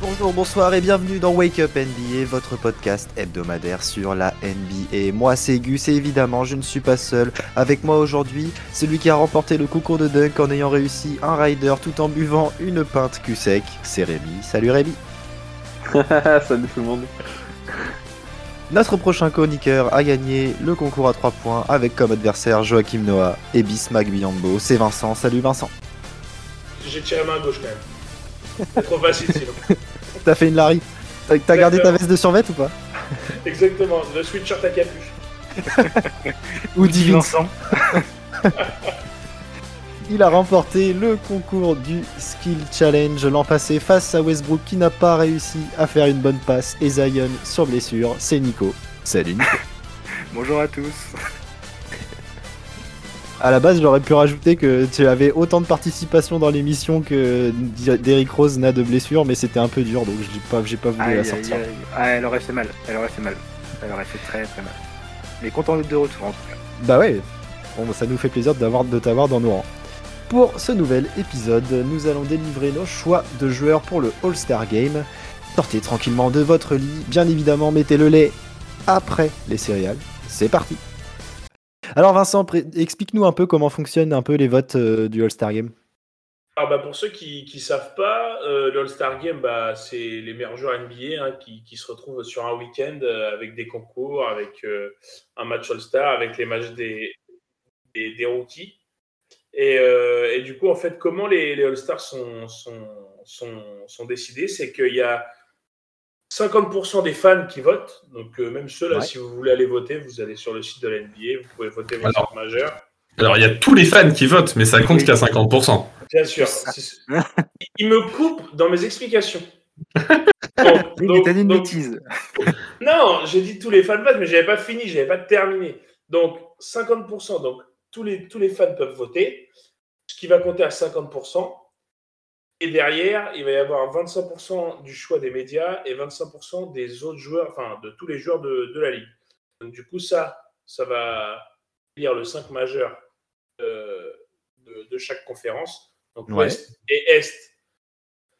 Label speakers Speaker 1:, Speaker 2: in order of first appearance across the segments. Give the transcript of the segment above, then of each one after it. Speaker 1: Bonjour, bonsoir et bienvenue dans Wake Up NBA, votre podcast hebdomadaire sur la NBA. Moi c'est Gus et évidemment je ne suis pas seul. Avec moi aujourd'hui, celui qui a remporté le concours de dunk en ayant réussi un rider tout en buvant une pinte cul sec, c'est Rémi. Salut Rémi.
Speaker 2: Salut tout le monde.
Speaker 1: Notre prochain chroniqueur a gagné le concours à 3 points avec comme adversaire Joachim Noah et Bismack Biambo. C'est Vincent. Salut Vincent.
Speaker 3: J'ai tiré main gauche quand même. C'est trop facile sinon.
Speaker 1: T'as fait une Larry. T'as- T'as gardé ta
Speaker 3: D'accord.
Speaker 1: veste de survêt ou pas
Speaker 3: Exactement, le sweatshirt à capuche.
Speaker 1: Ou Divine
Speaker 4: Vincent.
Speaker 1: Il a remporté le concours du Skill Challenge l'an passé face à Westbrook qui n'a pas réussi à faire une bonne passe et Zion sur blessure. C'est Nico. Salut Nico.
Speaker 4: Bonjour à tous.
Speaker 1: À la base, j'aurais pu rajouter que tu avais autant de participation dans l'émission que Derrick Rose n'a de blessure, mais c'était un peu dur donc j'ai pas, j'ai pas voulu
Speaker 4: Aïe,
Speaker 1: la
Speaker 4: aïe,
Speaker 1: sortir.
Speaker 4: aïe. Ah, elle aurait fait mal. Elle aurait fait mal. Elle aurait fait très très mal. Mais content d'être de retour en tout cas.
Speaker 1: Bah ouais, Bon, ça nous fait plaisir d'avoir- de t'avoir dans nos rangs. Pour ce nouvel épisode, nous allons délivrer nos choix de joueurs pour le All-Star Game. Sortez tranquillement de votre lit, bien évidemment mettez le lait après les céréales. C'est parti Alors Vincent, pré- explique-nous un peu comment fonctionnent un peu les votes euh, du All-Star Game.
Speaker 3: Alors bah pour ceux qui ne savent pas, euh, l'All-Star Game, bah, c'est les meilleurs joueurs NBA hein, qui, qui se retrouvent sur un week-end euh, avec des concours, avec euh, un match All-Star, avec les matchs des, des, des rookies. Et, euh, et du coup, en fait, comment les, les All-Stars sont, sont, sont, sont décidés C'est qu'il y a 50% des fans qui votent. Donc euh, même ceux-là,
Speaker 1: Ouais.
Speaker 3: si vous voulez aller voter, vous allez sur le site de la NBA, vous pouvez voter vos
Speaker 5: Alors.
Speaker 3: sortes majeures.
Speaker 5: Alors, il y a tous les fans qui votent, mais ça compte qu'à 50%.
Speaker 3: Bien sûr. c'est- Il me coupe dans mes explications. Donc-
Speaker 4: Oui, mais
Speaker 3: donc-
Speaker 4: t'as dit une
Speaker 3: donc-
Speaker 4: bêtise.
Speaker 3: non, j'ai dit tous les fans votent, mais j'avais pas fini, j'avais pas terminé. Donc 50%, donc tous les, tous les fans peuvent voter, ce qui va compter à 50%. Et derrière, il va y avoir 25% du choix des médias et 25% des autres joueurs, enfin de tous les joueurs de, de la ligue. Donc, du coup, ça, ça va lire le 5 majeur euh, de, de chaque conférence, donc
Speaker 1: Ouais.
Speaker 3: Ouest et Est.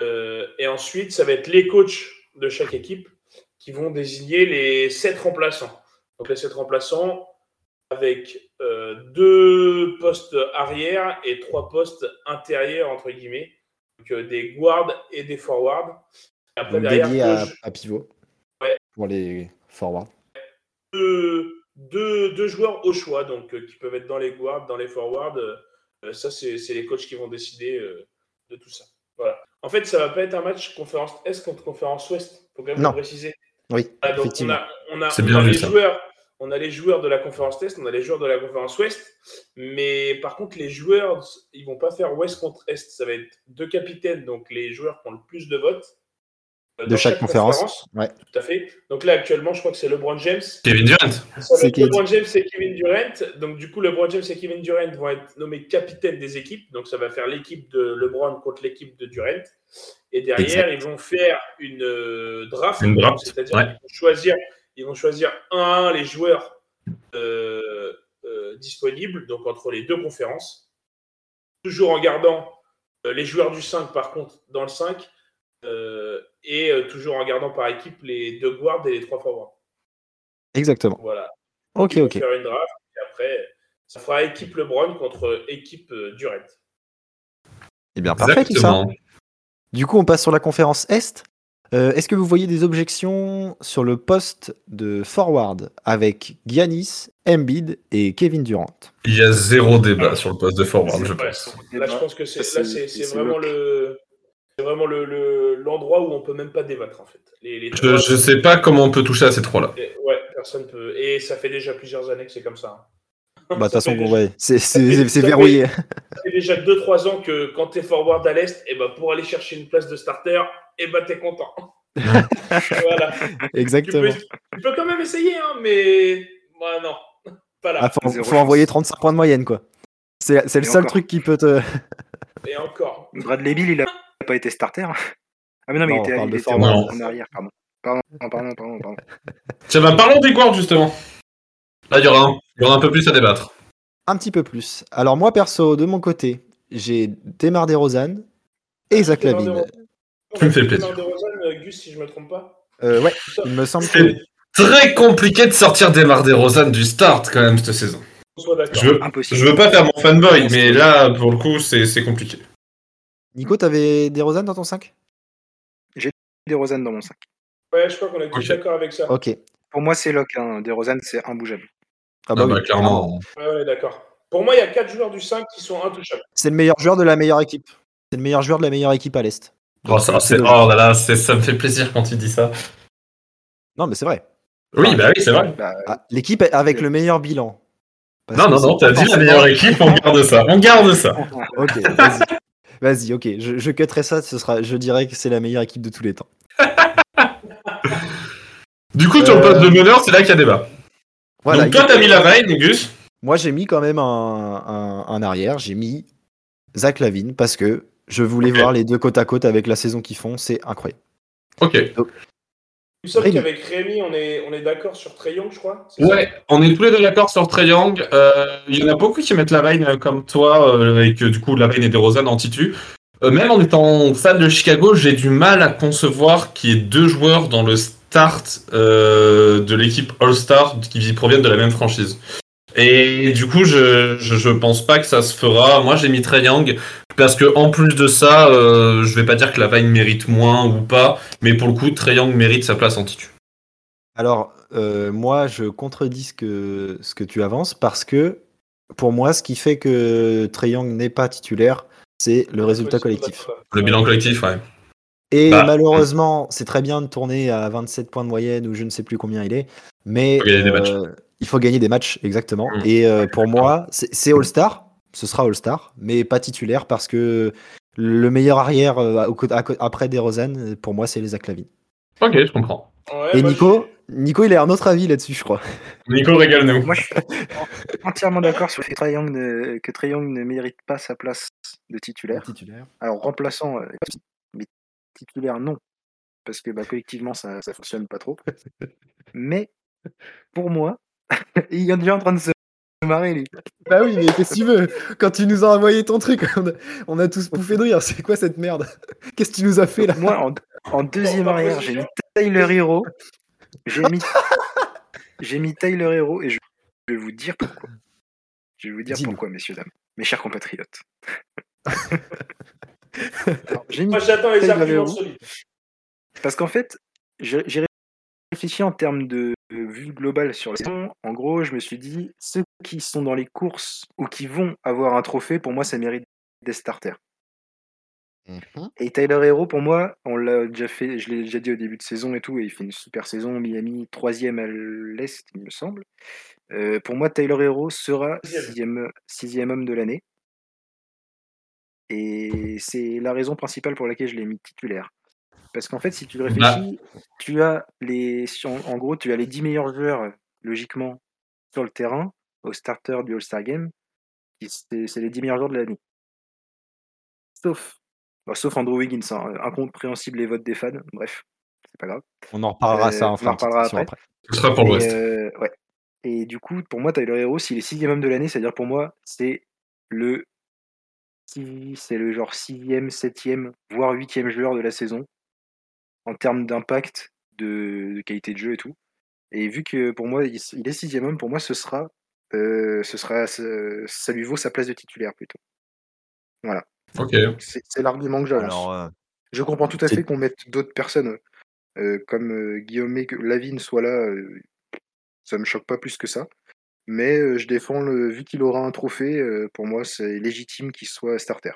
Speaker 3: Euh, et ensuite, ça va être les coachs de chaque équipe qui vont désigner les sept remplaçants. Donc les sept remplaçants avec euh, deux postes arrière et trois postes intérieurs, entre guillemets. Donc euh, des guards et des forwards. Après,
Speaker 1: Donc
Speaker 3: derrière,
Speaker 1: dédié à,
Speaker 3: coach-
Speaker 1: à pivot
Speaker 3: Ouais.
Speaker 1: pour les forwards.
Speaker 3: deux, deux- deux joueurs au choix, donc euh, qui peuvent être dans les guards, dans les forwards. Euh, ça, c'est c'est les coachs qui vont décider euh, de tout ça. Voilà. En fait, ça va pas être un match conférence Est contre conférence Ouest. Faut quand même
Speaker 1: Non.
Speaker 3: le préciser.
Speaker 1: Oui,
Speaker 3: Ah, donc, on
Speaker 1: effectivement.
Speaker 3: a, on a,
Speaker 5: C'est
Speaker 3: on
Speaker 5: bien
Speaker 3: a
Speaker 5: vu,
Speaker 3: les
Speaker 5: ça.
Speaker 3: joueurs, on a les joueurs de la conférence Est, on a les joueurs de la conférence Ouest, mais par contre les joueurs, ils vont pas faire Ouest contre Est, ça va être deux capitaines, donc les joueurs qui ont le plus de votes euh,
Speaker 1: De
Speaker 3: dans
Speaker 1: chaque conférence. Ouais.
Speaker 3: Tout à fait. Donc là actuellement, je crois que c'est LeBron James.
Speaker 5: Kevin Durant.
Speaker 3: Ça va
Speaker 1: C'est
Speaker 3: être
Speaker 1: qui a
Speaker 3: LeBron James et Kevin Durant. Donc, du coup, LeBron James et Kevin Durant vont être nommés capitaines des équipes. Donc, ça va faire l'équipe de LeBron contre l'équipe de Durant. Et derrière,
Speaker 5: Exact.
Speaker 3: ils vont faire une euh, draft.
Speaker 5: Une draft,
Speaker 3: C'est-à-dire
Speaker 5: ouais.
Speaker 3: qu'ils vont choisir, ils vont choisir un à un les joueurs euh, euh, disponibles, donc entre les deux conférences. Toujours en gardant euh, les joueurs du 5, par contre, dans le 5. euh, et euh, toujours en gardant par équipe les deux guards et les trois forwards.
Speaker 1: Exactement.
Speaker 3: Voilà.
Speaker 1: Ok,
Speaker 3: Ils vont
Speaker 1: ok.
Speaker 3: faire une draft, et après, ça fera équipe LeBron contre équipe euh, Durant.
Speaker 1: Et Eh bien Ah, parfait tout ça.
Speaker 5: Exactement.
Speaker 1: Du coup, on passe sur la conférence Est. Euh, Est-ce que vous voyez des objections sur le poste de forward avec Giannis, Embiid et Kevin Durant
Speaker 5: Il y a zéro débat sur le poste de forward, je
Speaker 3: Ouais.
Speaker 5: pense.
Speaker 4: Eh ben,
Speaker 3: Là, je pense que c'est
Speaker 4: Ça,
Speaker 3: là,
Speaker 4: c'est-
Speaker 3: ben, c'est
Speaker 4: c'est
Speaker 3: c'est vraiment
Speaker 4: bloqué.
Speaker 3: le c'est vraiment le- le l'endroit où on peut même pas débattre en fait. Les, les
Speaker 5: Je,
Speaker 3: trois-
Speaker 5: je sais pas comment on peut toucher à ces trois-là.
Speaker 3: Et- Ouais, personne peut. Et ça fait déjà plusieurs années que c'est comme ça.
Speaker 1: Bah,
Speaker 3: hein.
Speaker 1: de toute
Speaker 3: Ça
Speaker 1: façon,
Speaker 3: fait
Speaker 1: bon,
Speaker 3: déjà-
Speaker 1: ouais, c'est-
Speaker 3: fait-
Speaker 1: c'est c'est
Speaker 3: ça fait-
Speaker 1: verrouillé.
Speaker 3: ça fait déjà 2-3 ans que quand t'es forward à l'Est, et bah, pour aller chercher une place de starter, et bah, t'es content. voilà. Tu peux,
Speaker 1: Exactement.
Speaker 3: tu peux quand même essayer, hein, mais bah, non, pas là.
Speaker 1: Ah, faut,
Speaker 4: Zéro
Speaker 1: faut
Speaker 4: chance.
Speaker 1: envoyer 35 points de moyenne, quoi. C'est c'est le
Speaker 4: Et
Speaker 1: seul
Speaker 4: encore.
Speaker 1: truc qui peut te.
Speaker 3: Et encore.
Speaker 4: Bradley Bill, il a pas été starter. Ah mais non,
Speaker 1: Non,
Speaker 4: mais il
Speaker 1: on
Speaker 4: était,
Speaker 1: parle
Speaker 4: il
Speaker 1: de
Speaker 4: était en,
Speaker 5: format.
Speaker 4: en arrière, pardon. Pardon, pardon, pardon, pardon.
Speaker 5: Tiens, bah, parlons des guards, justement. Là, il y, aura un, il y aura un peu plus à débattre.
Speaker 1: Un petit peu plus. Alors, moi, perso, de mon côté, j'ai Demar DeRozan et Zach
Speaker 3: Demar
Speaker 1: Lavine.
Speaker 3: DeRozan.
Speaker 5: Tu me fais plaisir.
Speaker 3: Demar DeRozan, euh, Gus, plus si je me trompe pas.
Speaker 1: Euh, ouais, il me semble que.
Speaker 5: C'est très compliqué de sortir des Mar des Rosanne du start quand même cette saison.
Speaker 3: Qu'on soit d'accord.
Speaker 5: Je veux,
Speaker 4: Impossible.
Speaker 5: je veux pas faire mon fanboy, mais là, pour le coup, c'est c'est compliqué.
Speaker 1: Nico, t'avais des Rosanne dans ton 5
Speaker 4: Des Rosanne dans mon 5.
Speaker 3: Ouais, je crois qu'on est tous
Speaker 5: Ok.
Speaker 3: d'accord avec ça.
Speaker 1: Ok.
Speaker 4: Pour moi, c'est lock. Hein. Des Rosanne, c'est imbougeable.
Speaker 1: Ah
Speaker 5: Ah
Speaker 1: oui.
Speaker 5: bah, clairement.
Speaker 3: Ouais, on est d'accord. Pour moi, il y a 4 joueurs du 5 qui sont intouchables.
Speaker 1: C'est le meilleur joueur de la meilleure équipe. C'est le meilleur joueur de la meilleure équipe à l'Est.
Speaker 5: Oh, ça,
Speaker 1: Ah, C'est
Speaker 5: c'est...
Speaker 1: dommage.
Speaker 5: oh là là, c'est- ça me fait plaisir quand il dit ça.
Speaker 1: Non, mais c'est vrai.
Speaker 5: Oui, bah oui, c'est vrai.
Speaker 4: Bah,
Speaker 1: Ah, L'équipe avec le meilleur bilan. Parce
Speaker 5: Non,
Speaker 1: que
Speaker 5: non, non,
Speaker 1: c'est pas
Speaker 5: t'as dit la
Speaker 1: forcément-
Speaker 5: meilleure équipe, on garde ça. On garde ça.
Speaker 1: Ok, vas-y. Vas-y, ok. Je, je cutterai ça. Ce sera, je dirais que c'est la meilleure équipe de tous les temps.
Speaker 5: Du coup, sur le
Speaker 1: Euh,
Speaker 5: poste de meneur, c'est là qu'il y a débat.
Speaker 1: Voilà.
Speaker 5: Donc toi, t'as mis la veille, Gus.
Speaker 1: Moi, j'ai mis quand même un, un- un arrière. J'ai mis Zach Lavine parce que je voulais
Speaker 5: Ok.
Speaker 1: voir les deux côte à côte avec la saison qu'ils font. C'est incroyable.
Speaker 5: Ok.
Speaker 3: Il me semble
Speaker 1: Rémi.
Speaker 3: qu'avec Rémi, on est, on est d'accord sur Trayon, je crois. c'est ça
Speaker 5: Ouais, on est tous les deux d'accord sur Trae Young. Euh, Il y en a beaucoup qui mettent la veille euh, comme toi, euh, avec euh, du coup la veille et des Rosanne en titu. Euh, même en étant fan de Chicago, j'ai du mal à concevoir qu'il y ait deux joueurs dans le start euh, de l'équipe All-Star qui proviennent de la même franchise. Et du coup, je, je, je pense pas que ça se fera. Moi, j'ai mis Trae Young parce que en plus de ça, euh, je vais pas dire que la veille mérite moins ou pas, mais pour le coup, Trae Young mérite sa place en titu.
Speaker 1: Alors, euh, moi, je contredis ce que, ce que tu avances parce que pour moi, ce qui fait que Triang n'est pas titulaire, c'est le résultat
Speaker 3: Ouais, c'est
Speaker 1: collectif.
Speaker 3: d'accord.
Speaker 5: Le bilan collectif, ouais.
Speaker 1: Et
Speaker 5: Bah.
Speaker 1: malheureusement, c'est très bien de tourner à 27 points de moyenne ou je ne sais plus combien il est, mais euh,
Speaker 5: Faut gagner des matchs.
Speaker 1: il faut gagner des matchs, exactement.
Speaker 5: Mm.
Speaker 1: Et euh, pour moi, c'est c'est All-Star, ce sera All-Star, mais pas titulaire parce que le meilleur arrière euh, au côté- à côté- après DeRozan, pour moi, c'est les Lavine.
Speaker 5: Ok, je comprends.
Speaker 3: Ouais,
Speaker 1: Et
Speaker 3: moi,
Speaker 1: Nico, Nico, il a un autre avis là-dessus, je crois.
Speaker 5: Nico, régale-nous.
Speaker 4: moi, je suis en- entièrement d'accord sur le fait que Trae Young ne- que Trae Young ne mérite pas sa place de titulaire.
Speaker 1: Titulaire.
Speaker 4: Alors, remplaçant, euh, mais titulaire, non. Parce que bah, collectivement, ça ça fonctionne pas trop. Mais pour moi, il est déjà en train de se marrer, lui.
Speaker 1: Bah oui, mais qu'est-ce que tu veux Quand tu nous as envoyé ton truc, on a, on a tous bouffé de rire. C'est quoi cette merde Qu'est-ce que tu nous as fait là
Speaker 4: Moi, en, en deuxième arrière, j'ai mis Tyler Hero. J'ai mis, j'ai mis Tyler Hero et je je vais vous dire pourquoi. Je vais vous dire
Speaker 1: Dis-nous.
Speaker 4: pourquoi, messieurs, dames, mes chers compatriotes. Alors, j'ai mis-
Speaker 3: Moi, j'attends les
Speaker 4: Taylor
Speaker 3: arguments
Speaker 4: Hero.
Speaker 3: solides.
Speaker 4: parce qu'en fait, j'ai j'ai réfléchi en termes de de vue globale sur la saison. En gros, je me suis dit, ceux qui sont dans les courses ou qui vont avoir un trophée, pour moi, ça mérite des starters. Et Tyler Hero, pour moi, on l'a déjà fait, je l'ai déjà dit au début de saison et tout, et il fait une super saison. Miami, troisième à l'Est, il me semble. Euh, pour moi, Tyler Hero sera
Speaker 3: Sixième.
Speaker 4: sixième, sixième homme de l'année. Et c'est la raison principale pour laquelle je l'ai mis titulaire. Parce qu'en fait, si
Speaker 1: Bah.
Speaker 4: tu réfléchis, tu as les, si en, en gros, tu as les 10 meilleurs joueurs, logiquement, sur le terrain, au starter du All-Star Game. qui- C'est c'est les 10 meilleurs joueurs de l'année. Sauf Bon, sauf Andrew Wiggins, hein. incompréhensible les votes des fans. Bref, c'est pas grave.
Speaker 1: On en reparlera
Speaker 4: Euh,
Speaker 1: ça
Speaker 4: on en
Speaker 1: en fin de
Speaker 4: reparlera
Speaker 1: discussion après.
Speaker 5: Ce sera pour
Speaker 4: Et,
Speaker 5: l'Ouest.
Speaker 4: euh, ouais. Et du coup, pour moi, Tyler Hero, s'il est sixième homme de l'année, c'est-à-dire pour moi, c'est le si- c'est le genre sixième, septième, voire huitième joueur de la saison en termes d'impact, de, de qualité de jeu et tout. Et vu que pour moi, il, s- il est sixième homme, pour moi, ce sera, euh, ce sera, ce- ça lui vaut sa place de titulaire plutôt.
Speaker 5: Ok.
Speaker 4: C'est c'est l'argument que j'avance.
Speaker 1: Alors, euh,
Speaker 4: Je comprends tout à
Speaker 1: C'est-
Speaker 4: fait qu'on mette d'autres personnes euh, comme euh, Guillaume et que Lavine soit là. euh, ça me choque pas plus que ça. Mais euh, je défends le vu qu'il aura un trophée, euh, pour moi c'est légitime qu'il soit starter.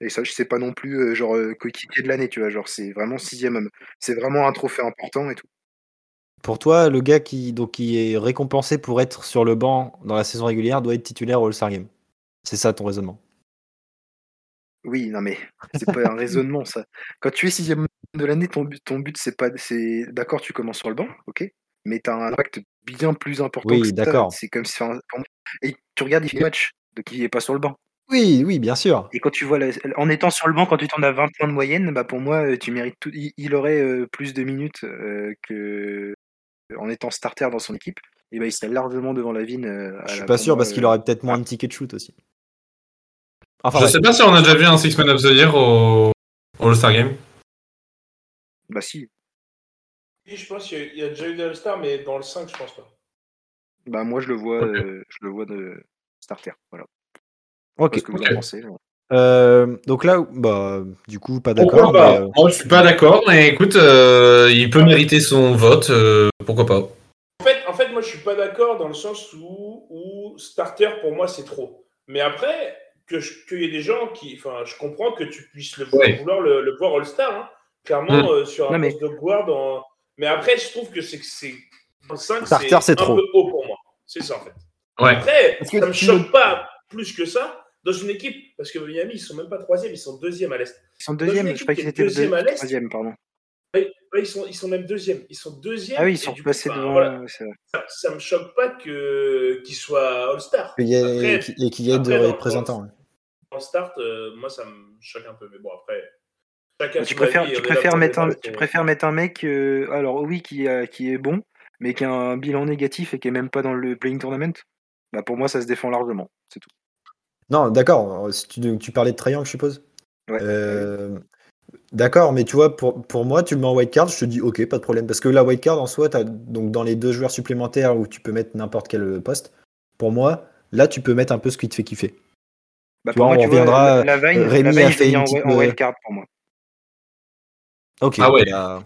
Speaker 4: Et ça, je sais pas non plus euh, genre euh, coéquipier de l'année, tu vois. Genre c'est vraiment sixième homme. C'est vraiment un trophée important et tout.
Speaker 1: pour toi, le gars qui, donc, qui est récompensé pour être sur le banc dans la saison régulière doit être titulaire au All-Star Game. C'est ça ton raisonnement.
Speaker 4: Oui, non mais c'est pas un raisonnement ça. Quand tu es sixième homme de l'année, ton but, ton but c'est pas, c'est d'accord, tu commences sur le banc, ok, mais t'as un impact bien plus important.
Speaker 1: Oui,
Speaker 4: que ça.
Speaker 1: d'accord.
Speaker 4: C'est comme si, enfin, pour moi- et tu regardes les matchs, donc il est pas sur le banc.
Speaker 1: Oui, oui, bien sûr.
Speaker 4: Et quand tu vois, la- en étant sur le banc, quand tu t'en as 20 points de moyenne, bah pour moi, euh, tu mérites tout. Il, il aurait euh, plus de minutes euh, que en étant starter dans son équipe. Et ben il serait largement devant la euh, vigne.
Speaker 1: Je suis pas sûr parce qu'il aurait peut-être moins de tickets de shoot aussi. Enfin,
Speaker 5: je
Speaker 1: ouais.
Speaker 5: sais pas si on a déjà vu un Six Man of the Year au, au All-Star Game.
Speaker 4: Bah si,
Speaker 3: Oui, je pense qu'il y a déjà eu des All-Stars, mais dans le 5, je pense pas.
Speaker 4: Bah moi je le vois,
Speaker 5: Ok.
Speaker 4: euh, je le vois de starter. Voilà.
Speaker 6: Ok.
Speaker 4: Parce que vous
Speaker 5: Ok.
Speaker 4: en pensez. mais-
Speaker 6: Euh, donc là, bah, du coup, pas
Speaker 5: Pourquoi
Speaker 6: d'accord.
Speaker 5: pas
Speaker 6: mais, euh,
Speaker 5: Moi, Oh, je suis pas d'accord, mais écoute, euh, il peut mériter son vote, euh, pourquoi pas.
Speaker 3: En fait, en fait, moi, je suis pas d'accord dans le sens où, où starter, pour moi, c'est trop. Mais après, que je- qu'il y ait des gens qui. Enfin, je comprends que tu puisses le
Speaker 5: Ouais.
Speaker 3: vouloir le, le voir All-Star, hein. clairement,
Speaker 6: Hum.
Speaker 5: Mm.
Speaker 3: euh, sur un
Speaker 4: Non, mais-
Speaker 3: poste de guard. en- Mais après, je trouve que c'est. que c'est- Dans le 5,
Speaker 6: Starter,
Speaker 3: c'est
Speaker 6: c'est
Speaker 3: un
Speaker 6: trop.
Speaker 3: peu haut pour moi. C'est ça, en fait.
Speaker 5: Ouais.
Speaker 3: Après,
Speaker 6: Est-ce que
Speaker 3: ça me
Speaker 6: tu
Speaker 3: choque pas plus que ça dans une équipe, parce que Miami, ils sont même pas troisième, ils sont deuxième à l'Est.
Speaker 4: Ils sont
Speaker 3: Dans
Speaker 4: deuxième,
Speaker 3: une
Speaker 4: je crois qu'ils
Speaker 3: équipe qui est
Speaker 4: étaient
Speaker 3: deuxième à l'Est.
Speaker 4: deuxième, troisième, pardon.
Speaker 3: Ouais, ils, sont, ils sont même deuxième. Ils sont deuxième.
Speaker 4: Ah oui,
Speaker 3: et
Speaker 4: ils sont
Speaker 3: du coup,
Speaker 4: passés
Speaker 3: ben,
Speaker 4: devant.
Speaker 3: voilà,
Speaker 4: euh, c'est-
Speaker 3: ça, ça me choque pas que- qu'ils soient All-Star.
Speaker 6: qu'il y ait-
Speaker 3: Après,
Speaker 6: qu'il y ait- qu'il y ait
Speaker 3: après,
Speaker 6: deux
Speaker 3: dans-
Speaker 6: représentants. ouais.
Speaker 3: En start, euh, moi, ça me choque un peu. Mais bon, après, chacun
Speaker 4: Tu
Speaker 3: son
Speaker 4: préfères,
Speaker 3: avis, euh,
Speaker 4: tu
Speaker 3: on est là
Speaker 4: préfères
Speaker 3: pour
Speaker 4: mettre un,
Speaker 3: débattre,
Speaker 4: tu
Speaker 3: mais-
Speaker 4: préfères mettre un mec, euh, alors oui, qui, a- qui est bon, mais qui a un bilan négatif et qui est même pas dans le playing tournament. Bah pour moi, ça se défend largement, c'est tout.
Speaker 6: Non, d'accord. euh, si Tu, tu parlais de triangle, je suppose.
Speaker 4: Ouais.
Speaker 6: Euh, D'accord, mais tu vois, pour, pour moi, tu le mets en wildcard, je te dis ok, pas de problème. Parce que la wildcard en soi, t'as- donc dans les deux joueurs supplémentaires où tu peux mettre n'importe quel euh, poste, pour moi, là, tu peux mettre un peu ce qui te fait kiffer.
Speaker 4: Bah,
Speaker 6: tu vois, on reviendra,
Speaker 4: la Vine,
Speaker 6: euh, Rémi
Speaker 4: la Vine,
Speaker 6: a
Speaker 4: il
Speaker 6: fait
Speaker 4: est
Speaker 6: une
Speaker 4: en,
Speaker 6: petite,
Speaker 4: en
Speaker 6: euh,
Speaker 4: wildcard pour moi.
Speaker 6: Ok,
Speaker 5: Ah ouais.
Speaker 6: bah,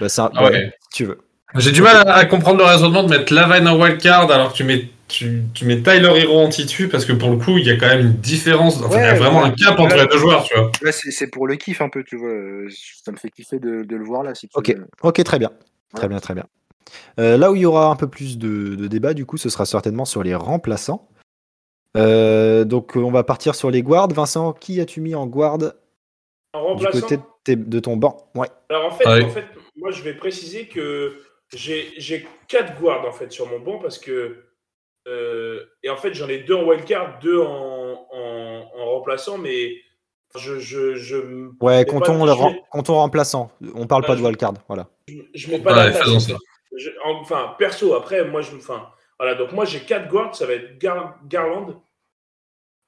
Speaker 6: bah, ça-
Speaker 5: Ah ouais.
Speaker 6: ouais, si tu veux.
Speaker 5: J'ai du mal à, à comprendre le raisonnement de mettre Lavine en wildcard alors que tu mets, tu, tu mets Tyler Hero en titu parce que pour le coup, il y a quand même une différence. Enfin, il y a
Speaker 4: Ouais,
Speaker 5: vraiment
Speaker 4: ouais.
Speaker 5: un cap entre les deux joueurs, tu vois.
Speaker 4: Là, c'est c'est pour le kiff un peu, tu vois. euh, Ça me fait kiffer de, de le voir là. Si tu veux.
Speaker 6: Ok, très bien. Très
Speaker 4: Ouais.
Speaker 6: bien, très bien. Euh, là où il y aura un peu plus de, de débat, du coup, ce sera certainement sur les remplaçants. Euh, donc, euh, on va partir sur les guards. Vincent, qui as-tu mis en guard
Speaker 3: En
Speaker 6: du
Speaker 3: remplaçant,
Speaker 6: côté de, tes- de ton banc Ouais.
Speaker 3: Alors en fait,
Speaker 5: Ah oui.
Speaker 3: en fait, moi je vais préciser que j'ai j'ai quatre guards en fait sur mon banc parce que euh, et en fait j'en ai deux en wildcard, deux en, en, en remplaçant, mais je je je m-
Speaker 6: Ouais,
Speaker 3: pas
Speaker 6: comptons,
Speaker 3: de
Speaker 6: le
Speaker 3: sujet.
Speaker 6: rem- comptons remplaçant. On parle
Speaker 3: Ouais,
Speaker 6: pas de
Speaker 3: je-
Speaker 6: wildcard. Voilà.
Speaker 3: je mets pas
Speaker 5: Ouais,
Speaker 3: d'attaque.
Speaker 5: faisons ça.
Speaker 3: Je- en- enfin perso après moi je me enfin voilà donc moi j'ai quatre guards ça va être Gar- Garland,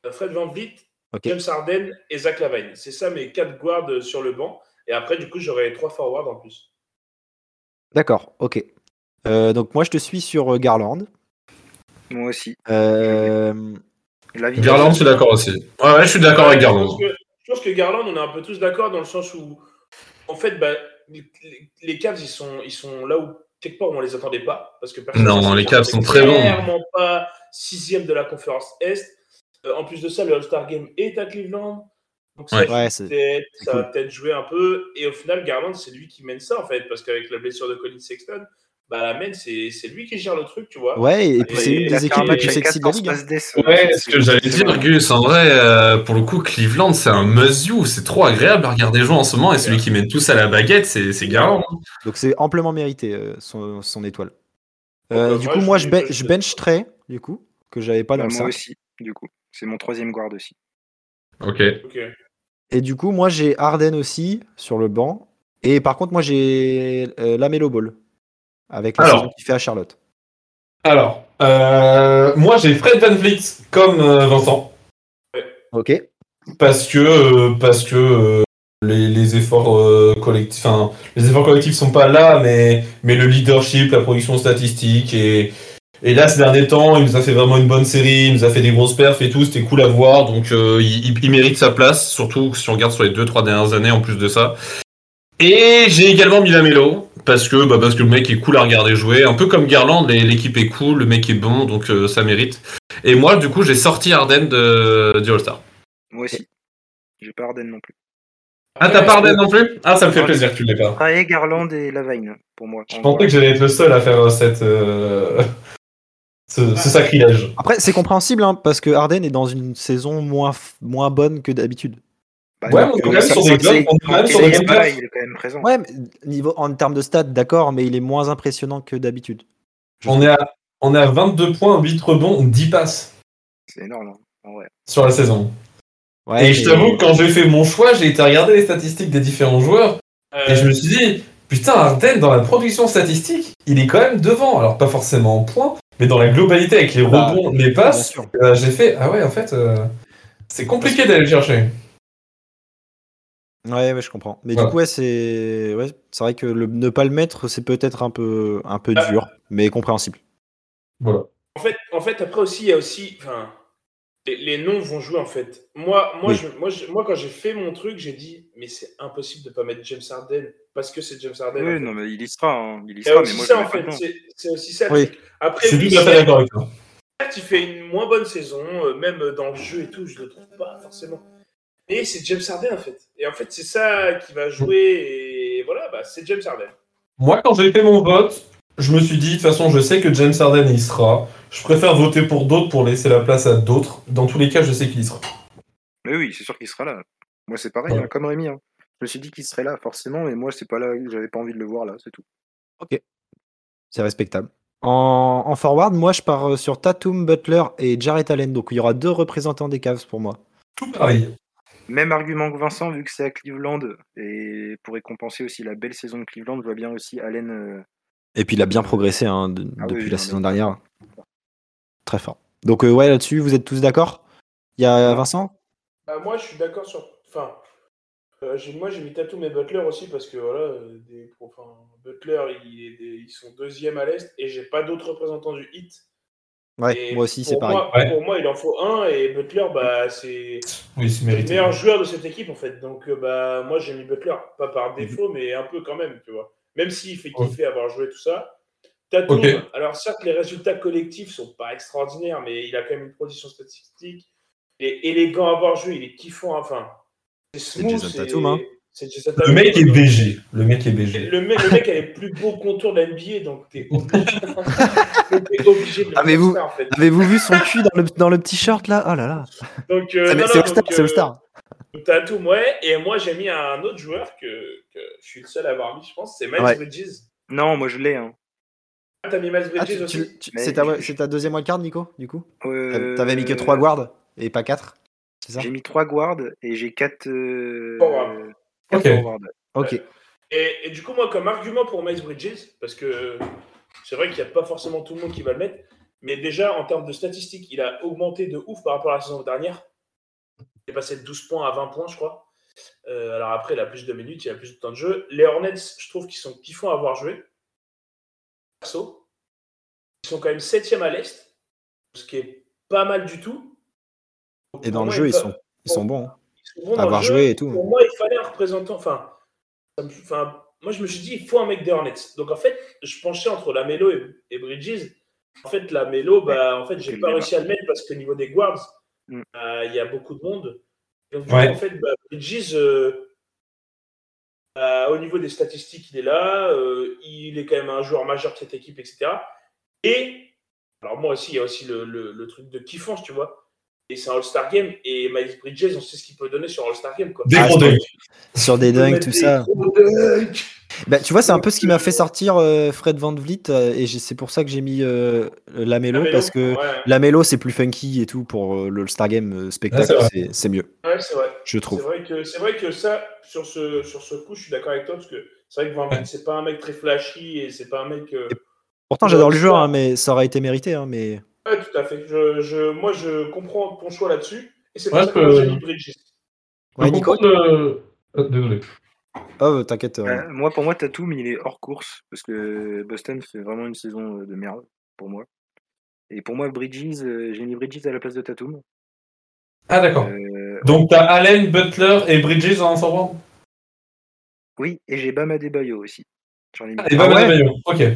Speaker 3: euh, Fred Van Vliet,
Speaker 6: Ok.
Speaker 3: James Harden et Zach Lavine. C'est ça mes quatre guards sur le banc et après du coup j'aurai trois forwards en plus.
Speaker 6: D'accord, ok. Euh, donc, moi, je te suis sur euh, Garland.
Speaker 4: Moi aussi.
Speaker 6: Euh,
Speaker 4: La Vine-
Speaker 5: Garland, je suis d'accord aussi. Ouais, ouais, je suis d'accord avec
Speaker 3: Ouais, Euh, Je
Speaker 5: Garland.
Speaker 3: pense, que, je pense que Garland, on est un peu tous d'accord dans le sens où, en fait, bah, les, les Cavs, ils sont, ils sont là où, quelque part, on les attendait pas. Parce que personne
Speaker 5: Non,
Speaker 3: pensait
Speaker 5: les
Speaker 3: qu'ils
Speaker 5: Cavs
Speaker 3: étaient
Speaker 5: sont très bons.
Speaker 3: Clairement pas sixième de la conférence Est. Euh, en plus de ça, le All-Star Game est à Cleveland. Donc, ça,
Speaker 5: Ouais.
Speaker 3: je
Speaker 6: ouais, c'est-
Speaker 3: peut-être,
Speaker 6: c'est
Speaker 3: ça va
Speaker 6: cool.
Speaker 3: peut-être jouer un peu. Et au final, Garland, c'est lui qui mène ça, en fait, parce qu'avec la blessure de Colin Sexton, bah, la mène, c'est c'est lui qui gère le truc, tu vois.
Speaker 6: ouais, et puis
Speaker 3: Et
Speaker 6: c'est une
Speaker 4: il
Speaker 3: il
Speaker 4: a
Speaker 6: des
Speaker 4: fait
Speaker 6: équipes
Speaker 4: un
Speaker 6: les
Speaker 4: match
Speaker 6: plus
Speaker 4: à
Speaker 6: sexy de la
Speaker 4: 14
Speaker 6: ligue. hein.
Speaker 4: passes d'ess.
Speaker 5: Ouais, ce que j'allais
Speaker 4: C'est
Speaker 5: dire,
Speaker 4: vrai.
Speaker 5: Gus, en vrai, euh, pour le coup, Cleveland, c'est un must-you. C'est trop agréable à regarder jouer en ce moment et celui qui mène tous à la baguette, c'est c'est Garland.
Speaker 6: Donc c'est amplement mérité euh, son, son étoile.
Speaker 3: Donc,
Speaker 6: Euh,
Speaker 3: euh,
Speaker 6: du
Speaker 3: moi,
Speaker 6: coup,
Speaker 3: je
Speaker 6: moi
Speaker 3: suis- Ah,
Speaker 6: je, ben-
Speaker 3: je-
Speaker 6: je bench Trey, du coup, que j'avais pas dans
Speaker 4: Bah,
Speaker 6: le
Speaker 4: moi
Speaker 6: cinq.
Speaker 4: aussi, du coup. C'est mon troisième guard aussi.
Speaker 5: Ok.
Speaker 3: Ok.
Speaker 6: Et du coup, moi j'ai Harden aussi sur le banc. Et par contre, moi j'ai euh, la Melo Ball avec la
Speaker 5: Alors.
Speaker 6: saison qu'il fait à Charlotte.
Speaker 5: Alors, euh, moi, j'ai Fred Van Vliet comme euh, Vincent.
Speaker 6: Ok.
Speaker 5: parce que euh, parce que euh, les, les efforts euh, collectifs enfin, les efforts collectifs sont pas là mais mais le leadership la production statistique et et là ces derniers temps il nous a fait vraiment une bonne série il nous a fait des grosses perfs et tout c'était cool à voir donc euh, il, il- il mérite sa place surtout si on regarde sur les deux trois dernières années en plus de ça et j'ai également mis la mélo parce que bah, parce que le mec est cool à regarder jouer un peu comme Garland les- l'équipe est cool le mec est bon donc euh, ça mérite et moi du coup j'ai sorti Arden de, du All Star
Speaker 4: Moi aussi. J'ai pas Arden non plus.
Speaker 5: Ah, t'as pas Arden non plus Ah, ça me fait plaisir que tu l'aies pas.
Speaker 4: Ah, et Garland et Lavine, pour moi.
Speaker 5: Je pensais que j'allais être le seul à faire euh, cette, euh, ce, ce sacrilège.
Speaker 6: Après, c'est compréhensible hein, parce que Harden est dans une saison moins, f- moins bonne que d'habitude.
Speaker 4: Bah,
Speaker 5: Ouais,
Speaker 4: non,
Speaker 5: on est
Speaker 4: quand
Speaker 5: quand même
Speaker 4: ça-
Speaker 5: sur des
Speaker 4: quand
Speaker 5: gloves,
Speaker 4: c'est-
Speaker 5: on est quand même
Speaker 4: quand
Speaker 5: sur
Speaker 4: il
Speaker 5: des
Speaker 4: est
Speaker 5: gloves.
Speaker 4: là, il est quand même présent.
Speaker 6: Ouais, mais niveau, en termes de stats, d'accord, mais il est moins impressionnant que d'habitude.
Speaker 5: On est, à, on est à 22 points, 8 rebonds, 10 passes
Speaker 4: C'est énorme. hein, en vrai.
Speaker 5: sur la saison.
Speaker 6: Ouais,
Speaker 5: et je
Speaker 6: mais-
Speaker 5: t'avoue, que quand j'ai fait mon choix, j'ai été regarder les statistiques des différents joueurs
Speaker 3: Euh,
Speaker 5: et je me suis dit, putain, Arden, dans la production statistique, il est quand même devant. Alors, pas forcément en points, mais dans la globalité avec les
Speaker 6: Bah,
Speaker 5: rebonds, les
Speaker 6: bien
Speaker 5: passes,
Speaker 6: sûr.
Speaker 5: euh, j'ai fait, ah ouais, en fait, euh, c'est compliqué d'aller le chercher.
Speaker 6: Ouais, ouais, je comprends. Mais
Speaker 5: Voilà.
Speaker 6: du coup, ouais, c'est ouais, c'est vrai que le... ne pas le mettre, c'est peut-être un peu, un peu
Speaker 3: Ah.
Speaker 6: dur, mais compréhensible.
Speaker 5: Voilà.
Speaker 3: En fait, en fait, après aussi, il y a aussi. Enfin, les, les noms vont jouer, en fait. Moi, moi,
Speaker 6: Oui.
Speaker 3: je, moi, je- moi, quand j'ai fait mon truc, j'ai dit, mais c'est impossible de ne pas mettre James Harden parce que c'est James Harden. en
Speaker 4: Oui,
Speaker 3: fait.
Speaker 4: non, mais il y sera. hein, Il y
Speaker 3: C'est
Speaker 4: sera, mais
Speaker 3: aussi
Speaker 4: moi, je
Speaker 3: ça, en
Speaker 4: mets pas
Speaker 3: fait.
Speaker 4: dedans.
Speaker 3: C'est- C'est aussi ça.
Speaker 6: Oui.
Speaker 5: Je
Speaker 3: Après,
Speaker 5: suis
Speaker 3: oui,
Speaker 5: tout à fait
Speaker 3: certes,
Speaker 5: d'accord avec toi.
Speaker 3: il fait une moins bonne saison, euh, même dans le jeu et tout, je le trouve pas forcément. Mais c'est James Harden, en fait. Et en fait, c'est ça qui va jouer. Et voilà, bah, c'est James Harden.
Speaker 5: Moi, quand j'ai fait mon vote, je me suis dit, de toute façon, je sais que James Harden y sera. Je préfère voter pour d'autres pour laisser la place à d'autres. Dans tous les cas, je sais qu'il y sera.
Speaker 4: Mais oui, c'est sûr qu'il sera là. Moi, c'est pareil,
Speaker 5: Ouais.
Speaker 4: hein, comme Rémi. hein. Je me suis dit qu'il serait là, forcément, mais moi, c'est pas là, j'avais pas envie de le voir là, c'est tout.
Speaker 6: C'est respectable. En... en forward, moi, je pars euh, sur Tatum, Butler et Jarrett Allen. Donc, il y aura deux représentants des Cavs pour moi.
Speaker 5: Tout pareil.
Speaker 4: Même argument que Vincent, vu que c'est à Cleveland, et pour récompenser aussi la belle saison de Cleveland, je vois bien aussi Allen. euh,
Speaker 6: Et puis, il a bien progressé hein, de-
Speaker 4: Ah oui,
Speaker 6: depuis
Speaker 4: oui,
Speaker 6: la
Speaker 4: non,
Speaker 6: saison
Speaker 4: mais-
Speaker 6: dernière. Très fort. Donc, euh, ouais, là-dessus, vous êtes tous d'accord Il y a Vincent
Speaker 3: Bah, moi, je suis d'accord sur. Enfin, euh, j'ai- moi, j'ai mis Tatum et Butler aussi parce que voilà, euh, des, enfin, Butler, il est des- ils sont deuxième à l'Est et j'ai pas d'autres représentants du Hit.
Speaker 6: Ouais,
Speaker 3: Et
Speaker 6: moi aussi, c'est
Speaker 3: pour
Speaker 6: pareil.
Speaker 3: moi-
Speaker 5: Ouais.
Speaker 3: Pour moi, il en faut un et Butler, bah, c'est
Speaker 5: Oui, c'est
Speaker 3: le
Speaker 5: mérité.
Speaker 3: meilleur joueur de cette équipe en fait. Donc, euh, bah, moi, j'ai mis Butler, pas par défaut, mais un peu quand même, tu vois. Même s'il fait kiffer avoir joué tout ça. Tatum,
Speaker 5: Ok.
Speaker 3: alors certes, les résultats collectifs sont pas extraordinaires, mais il a quand même une production statistique. Il est élégant à avoir joué, il est kiffant, enfin. C'est smooth,
Speaker 6: Jason
Speaker 3: c'est-
Speaker 6: Tatum, hein.
Speaker 3: c'est Jason
Speaker 5: Le
Speaker 3: Tatum.
Speaker 5: mec est BG. Le mec est BG.
Speaker 3: Le mec, le mec a les plus beaux contours de la NBA, donc t'es obligé, t'es obligé de le
Speaker 6: Ah, mais
Speaker 3: faire,
Speaker 6: vous-
Speaker 3: en fait.
Speaker 6: Avez-vous vu son cul dans le, dans le petit short là Oh là là
Speaker 3: Donc, euh,
Speaker 6: Ah, mais
Speaker 3: non,
Speaker 6: C'est
Speaker 3: non,
Speaker 6: All-Star,
Speaker 3: donc,
Speaker 6: c'est
Speaker 3: euh,
Speaker 6: All-Star.
Speaker 3: Tatum, ouais. Et moi, j'ai mis un autre joueur que, que je suis le seul à avoir mis, je pense. C'est Miles
Speaker 6: Ouais.
Speaker 3: Bridges.
Speaker 4: Non, moi je l'ai. hein.
Speaker 3: Ah, t'as mis Miles Bridges
Speaker 6: Ah, tu-
Speaker 3: aussi
Speaker 6: tu- tu-
Speaker 4: Mais
Speaker 6: c'est ta,
Speaker 4: je-
Speaker 6: c'est ta deuxième wildcard, Nico, du coup
Speaker 4: Euh,
Speaker 6: T'avais mis que 3 guards et pas 4 C'est ça
Speaker 4: J'ai mis 3 guards et j'ai euh, 4
Speaker 3: Forward.
Speaker 5: Ok.
Speaker 6: Ok.
Speaker 3: et, et du coup, moi, comme argument pour Miles Bridges, parce que c'est vrai qu'il n'y a pas forcément tout le monde qui va le mettre, mais déjà, en termes de statistiques, il a augmenté de ouf par rapport à la saison dernière. Il est passé de 12 points à 20 points, je crois. Euh, alors après, il a plus de minutes, il a plus de temps de jeu. Les Hornets, je trouve qu'ils sont kiffants à avoir joué. Perso. Ils sont quand même 7 à l'Est, ce qui est pas mal du tout.
Speaker 6: Et
Speaker 3: bah, Pour
Speaker 6: dans le
Speaker 3: moi,
Speaker 6: jeu,
Speaker 3: il
Speaker 6: ils
Speaker 3: fa-
Speaker 6: sont, ils sont bons. hein.
Speaker 3: ils sont bons dans
Speaker 6: Avoir
Speaker 3: le jeu.
Speaker 6: joué et tout.
Speaker 3: Pour moi, il fallait un représentant. Enfin, ça me- enfin, moi, je me suis dit, il faut un mec des Hornets. Donc, en fait, je penchais entre Lamelo et, et Bridges. En fait, Lamelo, bah, en fait,
Speaker 4: c'est
Speaker 3: j'ai
Speaker 4: le
Speaker 3: pas
Speaker 4: débat.
Speaker 3: réussi à le mettre parce qu'au niveau des guards,
Speaker 4: Mm.
Speaker 3: euh, il y a beaucoup de monde. Donc, du
Speaker 5: Ouais.
Speaker 3: coup, en fait, bah, Bridges, euh, bah, au niveau des statistiques, il est là. euh, il est quand même un joueur majeur de cette équipe, etc. Et, alors, moi aussi, il y a aussi le, le- le truc de kiffance, tu vois. Et c'est un All-Star Game. Et Miles Bridges, on sait ce qu'il peut donner sur All-Star Game. Quoi.
Speaker 5: Des
Speaker 6: Ah,
Speaker 5: gros
Speaker 6: c'est-
Speaker 5: dingues.
Speaker 6: Sur des dingues, tout ça.
Speaker 3: Moi,
Speaker 6: Bah, tu vois, c'est un peu ce qui m'a fait sortir euh, Fred Van Vliet. euh, et j'ai- c'est pour ça que j'ai mis euh, la mélo. Parce que
Speaker 3: Ouais,
Speaker 6: la mélo, c'est plus funky et tout. Pour euh, le All-Star Game euh, spectacle,
Speaker 5: Ah,
Speaker 6: c'est- c'est mieux,
Speaker 3: ouais, c'est vrai.
Speaker 6: je
Speaker 3: C'est
Speaker 6: trouve.
Speaker 3: vrai, que, c'est vrai que ça, sur ce, sur ce coup, je suis d'accord avec toi, parce que c'est vrai que Van Vliet, c'est pas un mec très flashy et c'est pas un mec. euh,
Speaker 6: Pourtant, j'adore le
Speaker 3: Ouais,
Speaker 6: jeu,
Speaker 3: ouais.
Speaker 6: hein, mais ça aurait été mérité. hein, mais...
Speaker 3: Ouais, tout à fait. Je, je, moi, je comprends ton choix là-dessus. Et c'est pour
Speaker 5: Ouais,
Speaker 3: ça que moi,
Speaker 5: euh,
Speaker 3: j'ai mis Bridges.
Speaker 6: Ouais,
Speaker 5: Je
Speaker 6: Nico
Speaker 5: comprends le- Oh, Désolé.
Speaker 6: Oh, t'inquiète. euh,
Speaker 4: moi, pour moi, Tatum, il est hors course parce que Boston fait vraiment une saison euh, de merde pour moi. Et pour moi, Bridges, euh, j'ai mis Bridges à la place de Tatum.
Speaker 5: Ah, d'accord.
Speaker 4: Euh,
Speaker 5: Donc, t'as Allen, Butler et Bridges en ensemble
Speaker 4: oui, et j'ai Bam Adebayo aussi. J'en ai mis.
Speaker 5: Et
Speaker 6: Ah
Speaker 5: Bam
Speaker 6: ouais
Speaker 5: Adebayo. Ok.
Speaker 6: putain,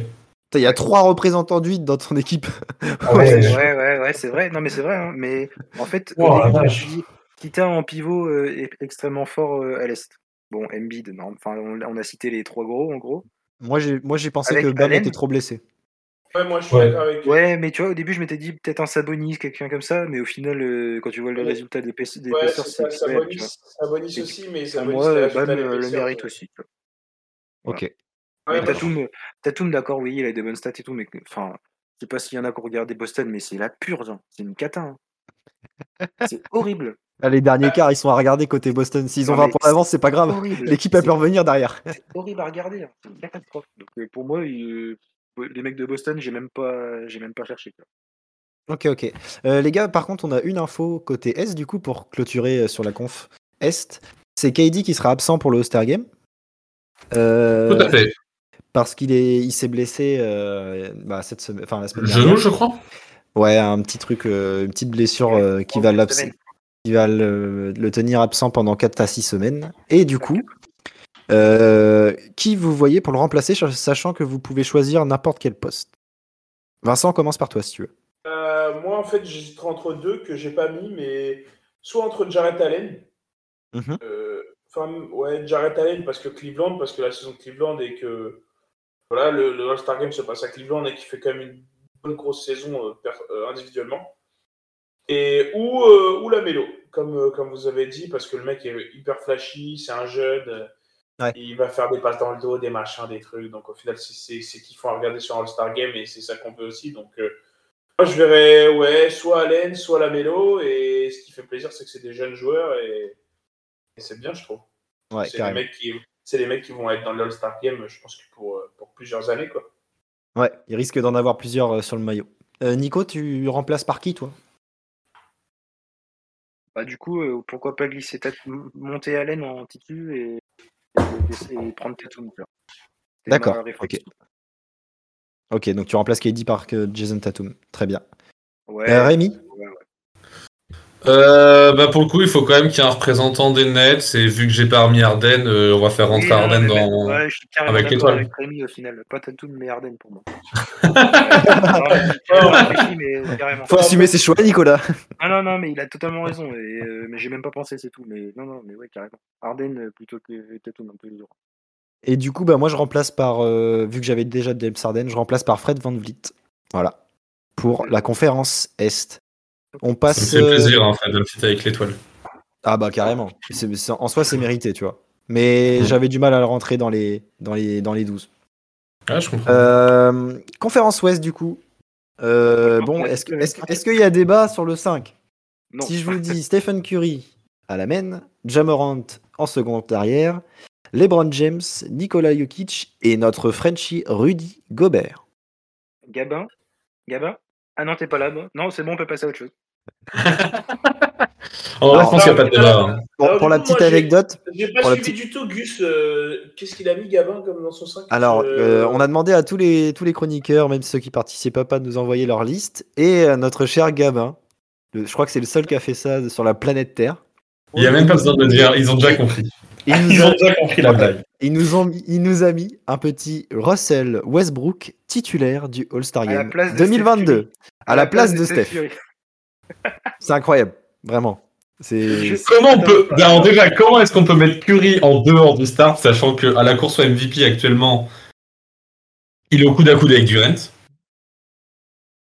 Speaker 6: Il y a trois représentants du hit dans ton équipe. Ah
Speaker 4: Ouais, ouais, ouais, ouais, c'est vrai. Non, mais c'est vrai. hein. Mais en fait, au
Speaker 5: Oh, la
Speaker 4: début, je me
Speaker 5: vache.
Speaker 4: suis dit, Kita en pivot euh, est extrêmement fort euh, à l'Est. Bon, Embiid, non. Enfin, on, on a cité les trois gros, en gros.
Speaker 6: Moi, j'ai moi, j'ai pensé
Speaker 4: Avec
Speaker 6: que Bam
Speaker 4: Allen
Speaker 6: était trop blessé.
Speaker 3: Ouais, moi, je suis
Speaker 5: Ouais.
Speaker 3: d'accord avec
Speaker 4: Ouais, mais tu vois, au début, je m'étais dit peut-être un Sabonis, quelqu'un comme ça. Mais au final, euh, quand tu vois le
Speaker 3: Ouais.
Speaker 4: résultat d'épaisse-
Speaker 3: Ouais,
Speaker 4: d'épaisseur,
Speaker 3: c'est
Speaker 4: c'est
Speaker 3: ça,
Speaker 4: pixel, tu
Speaker 3: Sabonis,
Speaker 4: vois.
Speaker 3: Sabonis
Speaker 4: Et-
Speaker 3: aussi, mais
Speaker 4: Pour
Speaker 3: Sabonis,
Speaker 4: moi,
Speaker 3: c'est la
Speaker 4: euh,
Speaker 3: finale
Speaker 4: Bam
Speaker 3: des
Speaker 4: euh, le
Speaker 3: Pacers,
Speaker 4: mérite
Speaker 3: ouais.
Speaker 4: aussi. tu vois.
Speaker 6: Ok.
Speaker 3: Ouais,
Speaker 4: Mais
Speaker 3: bah,
Speaker 4: Tatum, euh, Tatum, d'accord, oui, il a des bonnes stats et tout, mais que- enfin, je sais pas s'il y en a qui ont regardé Boston, mais c'est la purge, hein. c'est une cata. hein. C'est horrible.
Speaker 6: Ah, Les derniers quarts, ils sont à regarder côté Boston. S'ils ont
Speaker 4: Non, mais
Speaker 6: 20 points d'avance, c'est
Speaker 3: Ah
Speaker 6: pas
Speaker 3: bah,
Speaker 6: grave.
Speaker 4: horrible.
Speaker 6: L'équipe a
Speaker 4: C'est-
Speaker 6: pu revenir derrière.
Speaker 4: C'est horrible à regarder, hein. c'est une catastrophe. Donc, euh, pour moi, il- euh, les mecs de Boston, j'ai même pas, j'ai même pas cherché. quoi.
Speaker 6: Ok, ok. Euh, les gars, par contre, on a une info côté Est, du coup, pour clôturer euh, sur la conf Est. c'est KD qui sera absent pour le All-Star Game. Euh,
Speaker 5: Tout à fait.
Speaker 6: Parce qu'il est, il s'est blessé euh, bah, cette semaine, enfin la semaine
Speaker 5: Le
Speaker 6: dernière.
Speaker 5: genou, je crois.
Speaker 6: Ouais, un petit truc, euh, une petite blessure euh, qui
Speaker 4: En
Speaker 6: va
Speaker 4: fin de
Speaker 6: l'abs-
Speaker 4: semaine.
Speaker 6: qui va le, le tenir absent pendant 4 à 6 semaines. Et du coup, euh, qui vous voyez pour le remplacer, ch- sachant que vous pouvez choisir n'importe quel poste Vincent, commence par toi si tu veux.
Speaker 3: Euh, moi, en fait, j'hésiterais entre deux que j'ai pas mis, mais soit entre Jarrett Allen,
Speaker 6: Mhm.
Speaker 3: euh, enfin, ouais, Jarrett Allen parce que Cleveland, parce que la saison de Cleveland et que voilà, le, le All-Star Game se passe à Cleveland et qui fait quand même une bonne grosse saison euh, per- euh, individuellement. Et ou, euh, ou la Mélo, comme, euh, comme vous avez dit, parce que le mec est hyper flashy, c'est un jeune, euh,
Speaker 6: Ouais.
Speaker 3: il va faire des passes dans le dos, des machins, des trucs. Donc au final, c'est- c'est c'est kiffant à regarder sur All-Star Game et c'est ça qu'on veut aussi. Donc. euh, moi, je verrais ouais, soit Allen, soit la Mélo. Et ce qui fait plaisir, c'est que c'est des jeunes joueurs et, et c'est bien, je trouve.
Speaker 6: Ouais,
Speaker 3: c'est les
Speaker 6: carrément.
Speaker 3: mecs qui, c'est les mecs qui vont être dans l'All-Star Game, je pense que pour, euh, pour plusieurs années, quoi.
Speaker 6: Ouais, il risque d'en avoir plusieurs euh, sur le maillot. Euh, Nico, tu remplaces par qui toi
Speaker 4: Bah, du coup, euh, pourquoi pas glisser Tat- m- monter Allen en titu et, et- et- et prendre Tatum. tu vois. C'est ma
Speaker 6: D'accord,
Speaker 4: réflexion.
Speaker 6: Ok, donc tu remplaces KD par euh, Jason Tatum. Très bien.
Speaker 4: Ouais,
Speaker 6: Euh, Rémi
Speaker 4: ouais, ouais.
Speaker 5: Euh, bah pour le coup, il faut quand même qu'il y ait un représentant des Nets. Et vu que j'ai pas remis Arden, on va faire rentrer
Speaker 4: Oui, non,
Speaker 5: Arden
Speaker 4: mais
Speaker 5: dans.
Speaker 4: même- ouais, je suis carrément
Speaker 5: avec
Speaker 4: d'accord
Speaker 5: l'étoile.
Speaker 4: Avec Rémi au final, pas Tatum mais Arden pour moi. non, mais, j'ai carrément réfléchi, mais carrément.
Speaker 6: Faut assumer ses choix, Nicolas.
Speaker 4: Ah non, non, mais il a totalement raison. Et, euh, mais j'ai même pas pensé, c'est tout. Mais non, non, mais ouais, carrément. Arden euh, plutôt que Tatum un peu lourd.
Speaker 6: Et du coup, bah, moi, je remplace par, euh, vu que j'avais déjà James Harden, je remplace par Fred Van Vliet. Voilà. Pour la conférence Est. On passe.
Speaker 5: Ça me fait
Speaker 6: euh,
Speaker 5: plaisir, hein, en fait, de le petit avec l'étoile.
Speaker 6: Ah, bah, carrément. C'est- c'est- en soi, c'est mérité, tu vois. Mais j'avais du mal à le rentrer dans les, dans les, dans les 12.
Speaker 5: Ah, je comprends.
Speaker 6: Euh, conférence Ouest, du coup. Euh, bon, est-ce que- est-ce que- est-ce qu'il y a débat sur le 5
Speaker 4: Non.
Speaker 6: Si je vous dis Stephen Curry à la main, Jamorant en seconde arrière, LeBron James, Nikola Jokic et notre Frenchie Rudy Gobert.
Speaker 4: Gabin Gabin Ah non, t'es pas là. bon. Non, c'est bon, on peut passer à autre chose.
Speaker 5: En vrai, Oh, je
Speaker 6: alors,
Speaker 5: pense qu'il n'y
Speaker 3: non,
Speaker 5: a pas de
Speaker 3: mais
Speaker 5: débat.
Speaker 3: là-
Speaker 5: hein.
Speaker 6: Bon,
Speaker 3: Alors,
Speaker 6: pour
Speaker 3: Ah, du
Speaker 6: la
Speaker 3: coup,
Speaker 6: petite
Speaker 3: moi, j'ai-
Speaker 6: anecdote,
Speaker 3: J'ai pas
Speaker 6: Pour la
Speaker 3: suivi du tout, Gus. euh, qu'est-ce qu'il a mis, Gabin, comme dans son 5
Speaker 6: alors euh, on a demandé à tous les, tous les chroniqueurs, même ceux qui participaient pas, de nous envoyer leur liste. Et euh, notre cher Gabin, le- je crois que c'est le seul qui a fait ça de- sur la planète Terre.
Speaker 5: Il n'y a même pas besoin de le dire. Ils ont déjà compris.
Speaker 6: Il nous
Speaker 5: Ils
Speaker 6: a-
Speaker 5: ont déjà compris la blague.
Speaker 6: il nous, ont mis- il nous a mis un petit Russell Westbrook titulaire du All-Star
Speaker 4: À la
Speaker 6: Game
Speaker 4: place de
Speaker 6: 2022. à la place de Steph.
Speaker 4: Curry.
Speaker 6: C'est incroyable, vraiment. C'est
Speaker 4: Je-
Speaker 5: Comment on peut. Ben, alors, déjà, comment est-ce qu'on peut mettre Curry en dehors du start, sachant qu'à la course au MVP actuellement, il est au coude à coude avec Durant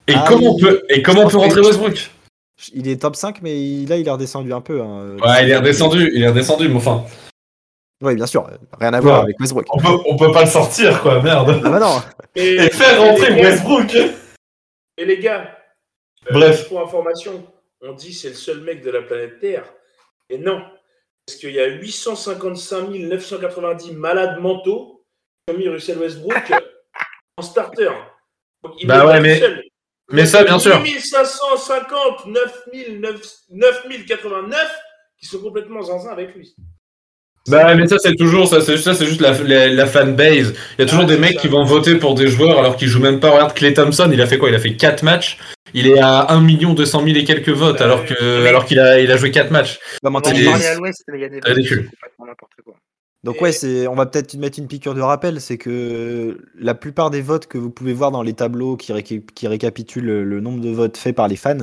Speaker 5: Et
Speaker 6: Ah
Speaker 5: comment
Speaker 6: oui.
Speaker 5: on peut, et comment on peut rentrer Westbrook
Speaker 6: il est top 5, mais il- là il est redescendu un peu. hein.
Speaker 5: Ouais, il est redescendu, il est redescendu, mais enfin,
Speaker 6: Oui, bien sûr, euh, rien à voir
Speaker 5: Ouais.
Speaker 6: avec Westbrook.
Speaker 5: on peut, on peut pas le sortir, quoi, merde.
Speaker 6: Ah bah non.
Speaker 5: Et faire rentrer Westbrook
Speaker 3: Et les gars, euh,
Speaker 5: Bref.
Speaker 3: pour information, on dit c'est le seul mec de la planète Terre. Et non, parce qu'il y a 855 990 malades mentaux qui ont mis Russell Westbrook euh, en starter. Donc, il
Speaker 5: Bah
Speaker 3: est
Speaker 5: ouais,
Speaker 3: pas
Speaker 5: mais-
Speaker 3: seul.
Speaker 5: Mais ça, bien sûr.
Speaker 3: 1550, 9009, 9089 qui sont complètement zinzin avec lui.
Speaker 5: Bah, ouais, mais ça, c'est toujours, ça, c'est ça, c'est juste la, la, la fanbase. Il y a toujours
Speaker 3: Ah,
Speaker 5: des
Speaker 3: c'est
Speaker 5: mecs
Speaker 3: ça.
Speaker 5: qui vont voter pour des joueurs alors qu'ils jouent même pas. Regarde, Clay Thompson, il a fait quoi? Il a fait 4 matchs. Il est à 1 200 000 et quelques votes
Speaker 3: Bah,
Speaker 5: alors
Speaker 3: oui.
Speaker 5: que, alors qu'il a, il a joué 4 matchs.
Speaker 6: On va
Speaker 4: On va en
Speaker 6: m'entendre
Speaker 5: Et-
Speaker 6: parler.
Speaker 4: parler à l'ouest, mais il y a des
Speaker 5: Ridicule.
Speaker 4: c'est pas pour n'importe quoi.
Speaker 6: Donc ouais, c'est, on va peut-être mettre une piqûre de rappel, c'est que la plupart des votes que vous pouvez voir dans les tableaux qui, réca- qui récapitulent le, le nombre de votes faits par les fans,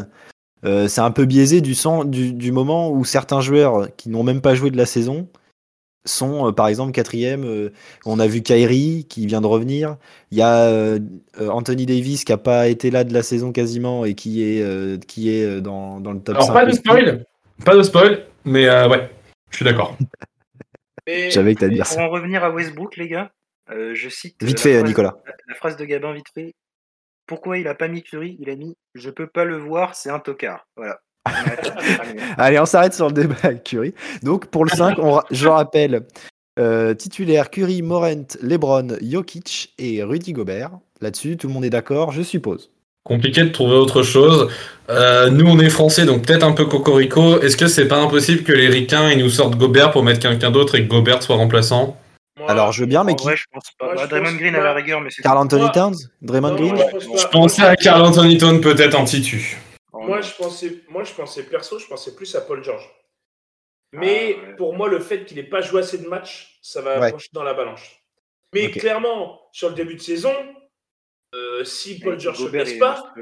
Speaker 6: euh, c'est un peu biaisé du, sang- du, du moment où certains joueurs qui n'ont même pas joué de la saison sont euh, par exemple quatrième. euh, on a vu Kyrie qui vient de revenir. Il y a euh, euh, Anthony Davis qui n'a pas été là de la saison quasiment et qui est, euh, qui est euh, dans, dans le top
Speaker 5: Alors,
Speaker 6: 5
Speaker 5: pas de
Speaker 6: aussi.
Speaker 5: spoil. Pas de spoil, mais euh, ouais. Je suis d'accord.
Speaker 3: Et-
Speaker 6: Je savais que t'allais dire
Speaker 4: Pour
Speaker 6: ça.
Speaker 4: en revenir à Westbrook, les gars, euh, je cite.
Speaker 6: Vite
Speaker 4: la
Speaker 6: fait,
Speaker 4: phrase-
Speaker 6: Nicolas.
Speaker 4: La, la phrase de Gabin, vite fait. Pourquoi il a pas mis Curry Il a mis Je peux pas le voir, c'est un tocard. Voilà. On arrête là, c'est terminé.
Speaker 6: Allez, on s'arrête sur le débat avec Curry. Donc, pour le 5, on ra- je rappelle euh, titulaire Curry, Morent, Lebron, Jokic et Rudy Gobert. Là-dessus, tout le monde est d'accord, je suppose.
Speaker 5: Compliqué de trouver autre chose. Euh, nous, on est français, donc peut-être un peu cocorico. Est-ce que c'est pas impossible que les ricains ils nous sortent Gobert pour mettre quelqu'un d'autre et que Gobert soit remplaçant
Speaker 3: Moi,
Speaker 6: Alors, je veux bien, mais qui
Speaker 4: Ouais, je pense pas.
Speaker 3: Moi,
Speaker 4: Bah,
Speaker 3: je
Speaker 4: Draymond
Speaker 3: pense
Speaker 4: Green à
Speaker 3: pas.
Speaker 4: la rigueur, mais c'est.
Speaker 6: Carl Anthony
Speaker 3: Moi-
Speaker 6: Towns Draymond
Speaker 3: non,
Speaker 6: Green
Speaker 3: moi, je pense
Speaker 4: Je
Speaker 3: pas.
Speaker 5: Pensez à Carl Anthony Tone peut-être en titu.
Speaker 3: Moi, je pensais, moi, je pensais perso, je pensais plus à Paul George. Mais
Speaker 4: Ah, ouais.
Speaker 3: pour moi, le fait qu'il n'ait pas joué assez de matchs, ça va
Speaker 6: Ouais.
Speaker 3: pencher dans la balance. Mais
Speaker 6: Ok.
Speaker 3: clairement, sur le début de saison, euh, si Paul George ne se
Speaker 4: Gobert
Speaker 3: blesse
Speaker 4: est-
Speaker 3: pas,